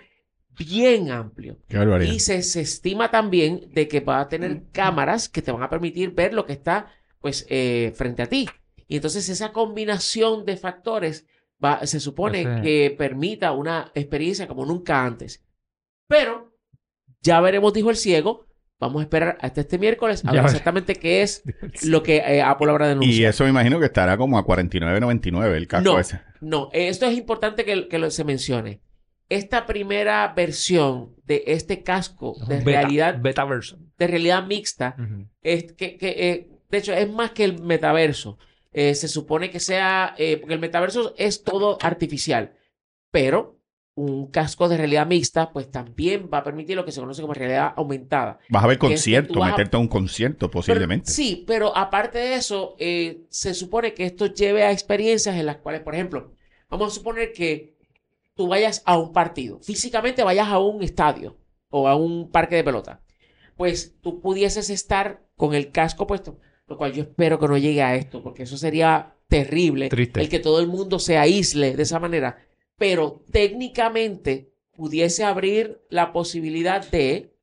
bien amplio. Qué barbaridad. Y se, se estima también de que va a tener cámaras que te van a permitir ver lo que está pues, eh, frente a ti. Y entonces esa combinación de factores va- se supone Ese- que permita una experiencia como nunca antes. Pero ya veremos, dijo el ciego. Vamos a esperar hasta este miércoles a Ya ver vere- exactamente qué es lo que eh, Apple habrá Y denunciado. eso me imagino que estará como a 49.99 el casco No. ese. No, eh, esto es importante que, que lo- se mencione. Esta primera versión de este casco de Beta- realidad, Beta version. de realidad mixta Ujú. es que, que, eh, de hecho es más que el metaverso. Eh, se supone que sea, eh, porque el metaverso es todo artificial, pero un casco de realidad mixta pues también va a permitir lo que se conoce como realidad aumentada. Vas a ver que tú concierto, vas a- meterte a un concierto Pero- posiblemente. sí, pero aparte de eso, eh, se supone que esto lleve a experiencias en las cuales, por ejemplo, vamos a suponer que tú vayas a un partido, físicamente vayas a un estadio o a un parque de pelota, pues tú pudieses estar con el casco puesto, lo cual yo espero que no llegue a esto, porque eso sería terrible, Triste. el que todo el mundo se aísle de esa manera, pero técnicamente pudiese abrir la posibilidad de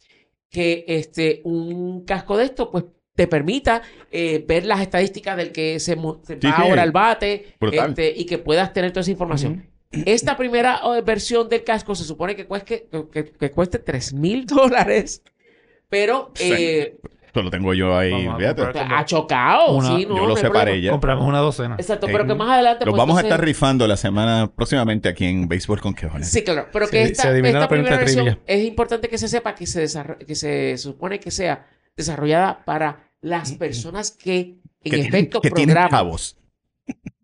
que este, un casco de esto pues te permita eh, ver las estadísticas del que se, mo- se Sí, va sí. ahora al bate Brutal. este, y que puedas tener toda esa información. Esta primera eh, versión del casco se supone que cueste, que, que cueste 3 mil dólares, pero Sí. eh, pues, Esto lo tengo yo ahí. Vamos a fíjate. comprar. ha chocado. Una- sí, no, yo no lo hay separé problema. ya. Compramos una docena. Exacto, Ok. pero que más adelante... Los pues, vamos a entonces- estar rifando la semana próximamente aquí en Béisbol con Quejones. Sí, claro, pero Se que di- esta, se adivinó esta la pregunta primera versión trivia. es importante que se sepa que se, desarro- que se supone que sea desarrollada para las personas que en que tienen- efecto que tienen programan. cabos.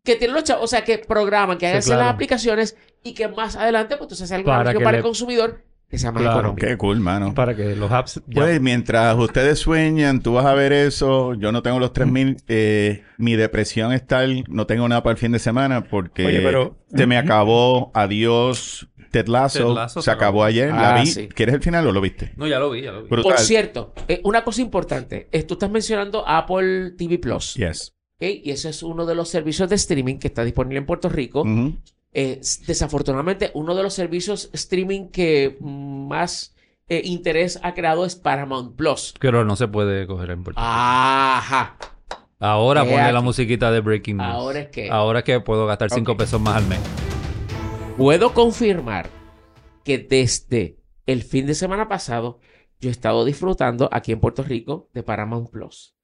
que tienen los chavos, o sea, que programan, que hacen claro. las aplicaciones y que más adelante, pues entonces sea algo Para para, que para le- el consumidor que sea más Claro. económico. Qué cool, mano. Para que los apps... ya- Pues mientras ustedes sueñan, tú vas a ver eso. Yo no tengo los 3000. Eh, mi depresión es tal, no tengo nada para el fin de semana porque Oye, pero- se me acabó. Adiós, Ted Lasso. Ted Lasso se acabó ayer. la Ah, vi. sí. ¿Quieres el final o lo viste? No, ya lo vi, ya lo vi. Brutal. Por cierto, eh, una cosa importante, eh, tú estás mencionando Apple TV Plus, Yes. ¿ok? Y eso es uno de los servicios de streaming que está disponible en Puerto Rico. Ujú. Eh, s- desafortunadamente, uno de los servicios streaming que más eh, interés ha creado es Paramount Plus. Pero no se puede coger en Puerto Rico. Ajá. Ahora ¿Qué ponle la Ah, aquí? musiquita de Breaking News. Ahora es que- Ahora es que puedo gastar 5 Ok. pesos más al mes. Puedo confirmar que desde el fin de semana pasado yo he estado disfrutando aquí en Puerto Rico de Paramount Plus.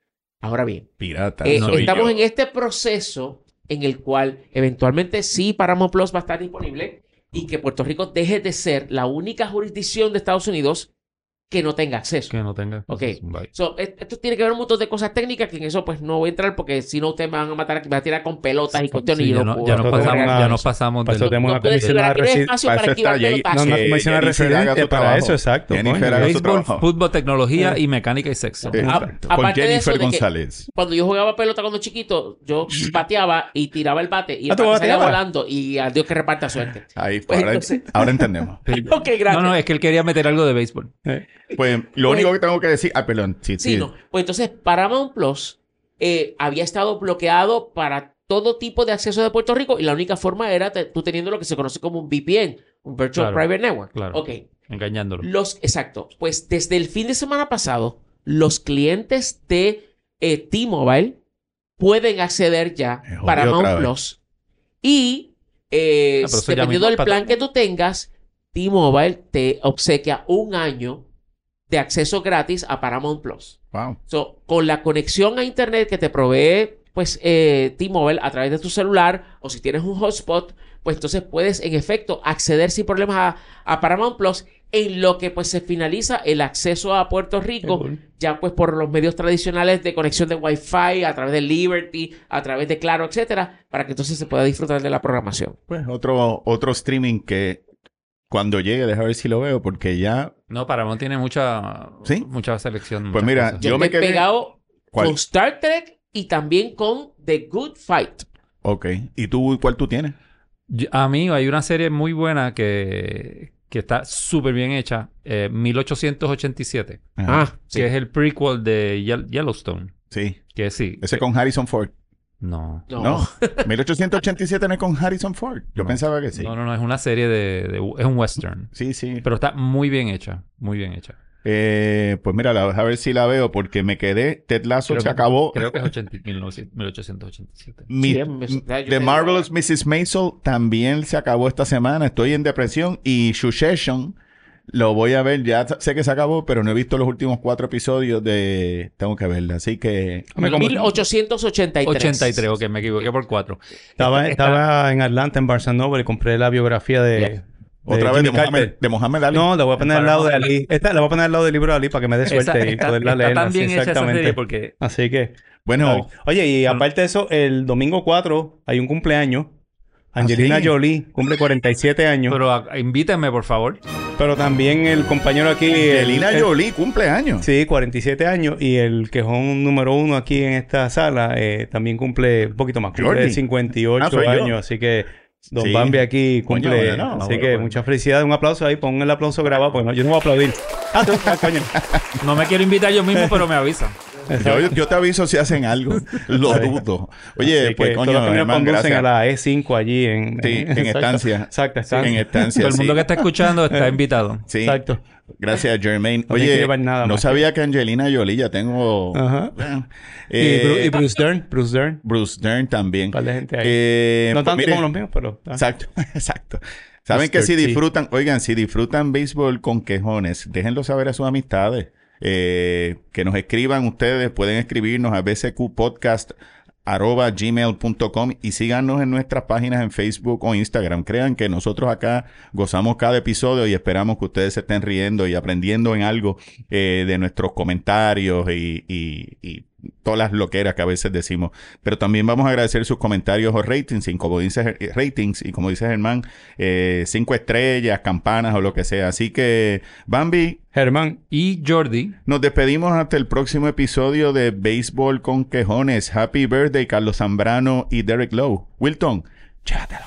Ahora bien, Pirata. eh, soy estamos yo. en este proceso en el cual eventualmente sí Paramount Plus va a estar disponible y que Puerto Rico deje de ser la única jurisdicción de Estados Unidos que no tenga acceso. Que no tenga. Ok. Bye. So, es- esto tiene que ver un montón de cosas técnicas que en eso pues no voy a entrar porque si no ustedes me van a matar, me van a tirar con pelotas y cuestiones Sí, y yo ya, no no- puedo- ya nos no puedo pasamos, hablar ya de nos eso. pasamos del- Pasó tema- No la puedes comisión liberar- ha aquí no hay reci- espacio para para eso esquivar está Jay- No, pelotazos. no, Eh, comisión Jennifer haga residente su para trabajo. eso, exacto. Jennifer coño. haga su Béisbol, trabajo. fútbol, tecnología y mecánica y sexo. Ah, Eh, A- exacto. Con aparte de eso Jennifer de que- González. Cuando yo jugaba pelota cuando chiquito, yo bateaba y tiraba el bate y el Ah, ¿tú bate salía bateabas? volando y a Dios que reparta suerte. Ahí, Pues ahora, entonces- ahora entendemos. ok, gracias. No, no, es que él quería meter algo de béisbol. Eh, Pues lo único que tengo que decir. Ah, perdón. Sí, Sí, sí. no. Pues entonces Paramount Plus eh, había estado bloqueado para todo tipo de acceso de Puerto Rico y la única forma era te- tú teniendo lo que se conoce como un VPN, un Virtual Claro, Private Network. claro. Ok. Engañándolo. Los, exacto. Pues desde el fin de semana pasado, los clientes de eh, T-Mobile pueden acceder ya Me jodí para otra Mount vez. Plus. Y eh, Ah, pero eso ya dependiendo mismo, del pa- plan que tú tengas, T-Mobile te obsequia un año de acceso gratis a Paramount Plus. Wow. So, con la conexión a internet que te provee pues eh, T-Mobile a través de tu celular o si tienes un hotspot, pues entonces puedes en efecto acceder sin problemas a, a Paramount Plus en lo que pues se finaliza el acceso a Puerto qué Rico cool. ya pues por los medios tradicionales de conexión de Wi-Fi a través de Liberty, a través de Claro, etcétera, para que entonces se pueda disfrutar de la programación. Pues otro, otro streaming que cuando llegue, deja ver si lo veo, porque ya. No, Paramount tiene mucha, ¿Sí? mucha selección. Pues muchas mira, cosas. Yo, Yo me me he quedé- pegado ¿Cuál? con Star Trek y también con The Good Fight. Ok. ¿Y tú cuál tú tienes? Yo- A mí hay una serie muy buena que, que está súper bien hecha, eh, 1887, Ah, que es el prequel de Yel- Yellowstone. Sí. Que sí. Ese con Harrison Ford. No. No. No. 1887 no es con Harrison Ford. Yo No. pensaba que sí. No, no, no, es una serie de, de- Es un western. Sí, sí. Pero está muy bien hecha, muy bien hecha. Eh, pues mira, la- a ver si la veo porque me quedé. Ted Lasso Creo se que- acabó. Creo que es 80 1900 1887. Mi- Sí, me- yo The tengo- Marvelous Mrs. Maisel también se acabó esta semana. Estoy en depresión y Succession lo voy a ver. Ya sé que se acabó, pero no he visto los últimos cuatro episodios de... Tengo que verla. Así que... Me como- 1883. 83, ok, me equivoqué por 4. estaba, estaba en Atlanta, en Barcelona, y compré la biografía de. de Otra vez de Jimmy Carter. Mohamed, de Mohamed Ali. No, la voy a poner al lado de Ali. Esta la voy a poner al lado del libro de Ali para que me dé suerte y está, poderla está leer. tan así, bien hecha esa serie exactamente. porque... Así que. bueno, Oye, y Bueno. aparte de eso, el domingo 4 hay un cumpleaños. Angelina ¿Ah, sí? Jolie cumple 47 años. Pero, Pero a- invítenme, por favor. también el compañero aquí. Angelina Eh, el- el- Jolie cumple años. Sí, 47 años. Y el quejón número uno aquí en esta sala eh, también cumple un poquito más. Cumple Jordi. 58 Ah, soy yo. años. Así que Don Sí. Bambi aquí Coño, cumple. bueno, no, así bueno, que bueno. muchas felicidades. Un aplauso ahí. Pon el aplauso grabado. Pues no, yo no voy a aplaudir. Ah, tú, ah, coño. No me quiero invitar yo mismo, pero me avisan. Yo, yo te aviso si hacen algo. Lo dudo. Oye, Así pues que coño, todos los caminos hermano, conducen gracias. a la E5 allí en... Sí, en Exacto. estancia. Exacto, exacto. En estancia, Todo el mundo sí. que está escuchando está invitado. Sí. Exacto. Gracias, Jermaine. No tiene que Oye, llevar nada no más. sabía que Angelina Jolie ya tengo... Ajá. Bueno, y, Bru- eh, y Bruce Dern, Bruce Dern. Bruce Dern también. Un par de gente ahí. Eh, pues, no tanto miren, como los míos, pero... ah. Exacto, exacto. Saben que Mr. si T. disfrutan, oigan, si disfrutan béisbol con quejones, déjenlo saber a sus amistades. Eh, que nos escriban ustedes, pueden escribirnos a bcqpodcast.gmail.com y síganos en nuestras páginas en Facebook o Instagram. Crean que nosotros acá gozamos cada episodio y esperamos que ustedes se estén riendo y aprendiendo en algo eh, de nuestros comentarios y, y- y todas las loqueras que a veces decimos. Pero también vamos a agradecer sus comentarios o ratings, y como dice, ratings, y como dice Germán, eh, cinco estrellas, campanas o lo que sea. Así que, Bambi, Germán. Y Jordi, nos despedimos hasta el próximo episodio de Béisbol con Quejones. Happy birthday, Carlos Zambrano y Derek Lowe. Wilton, chátalo.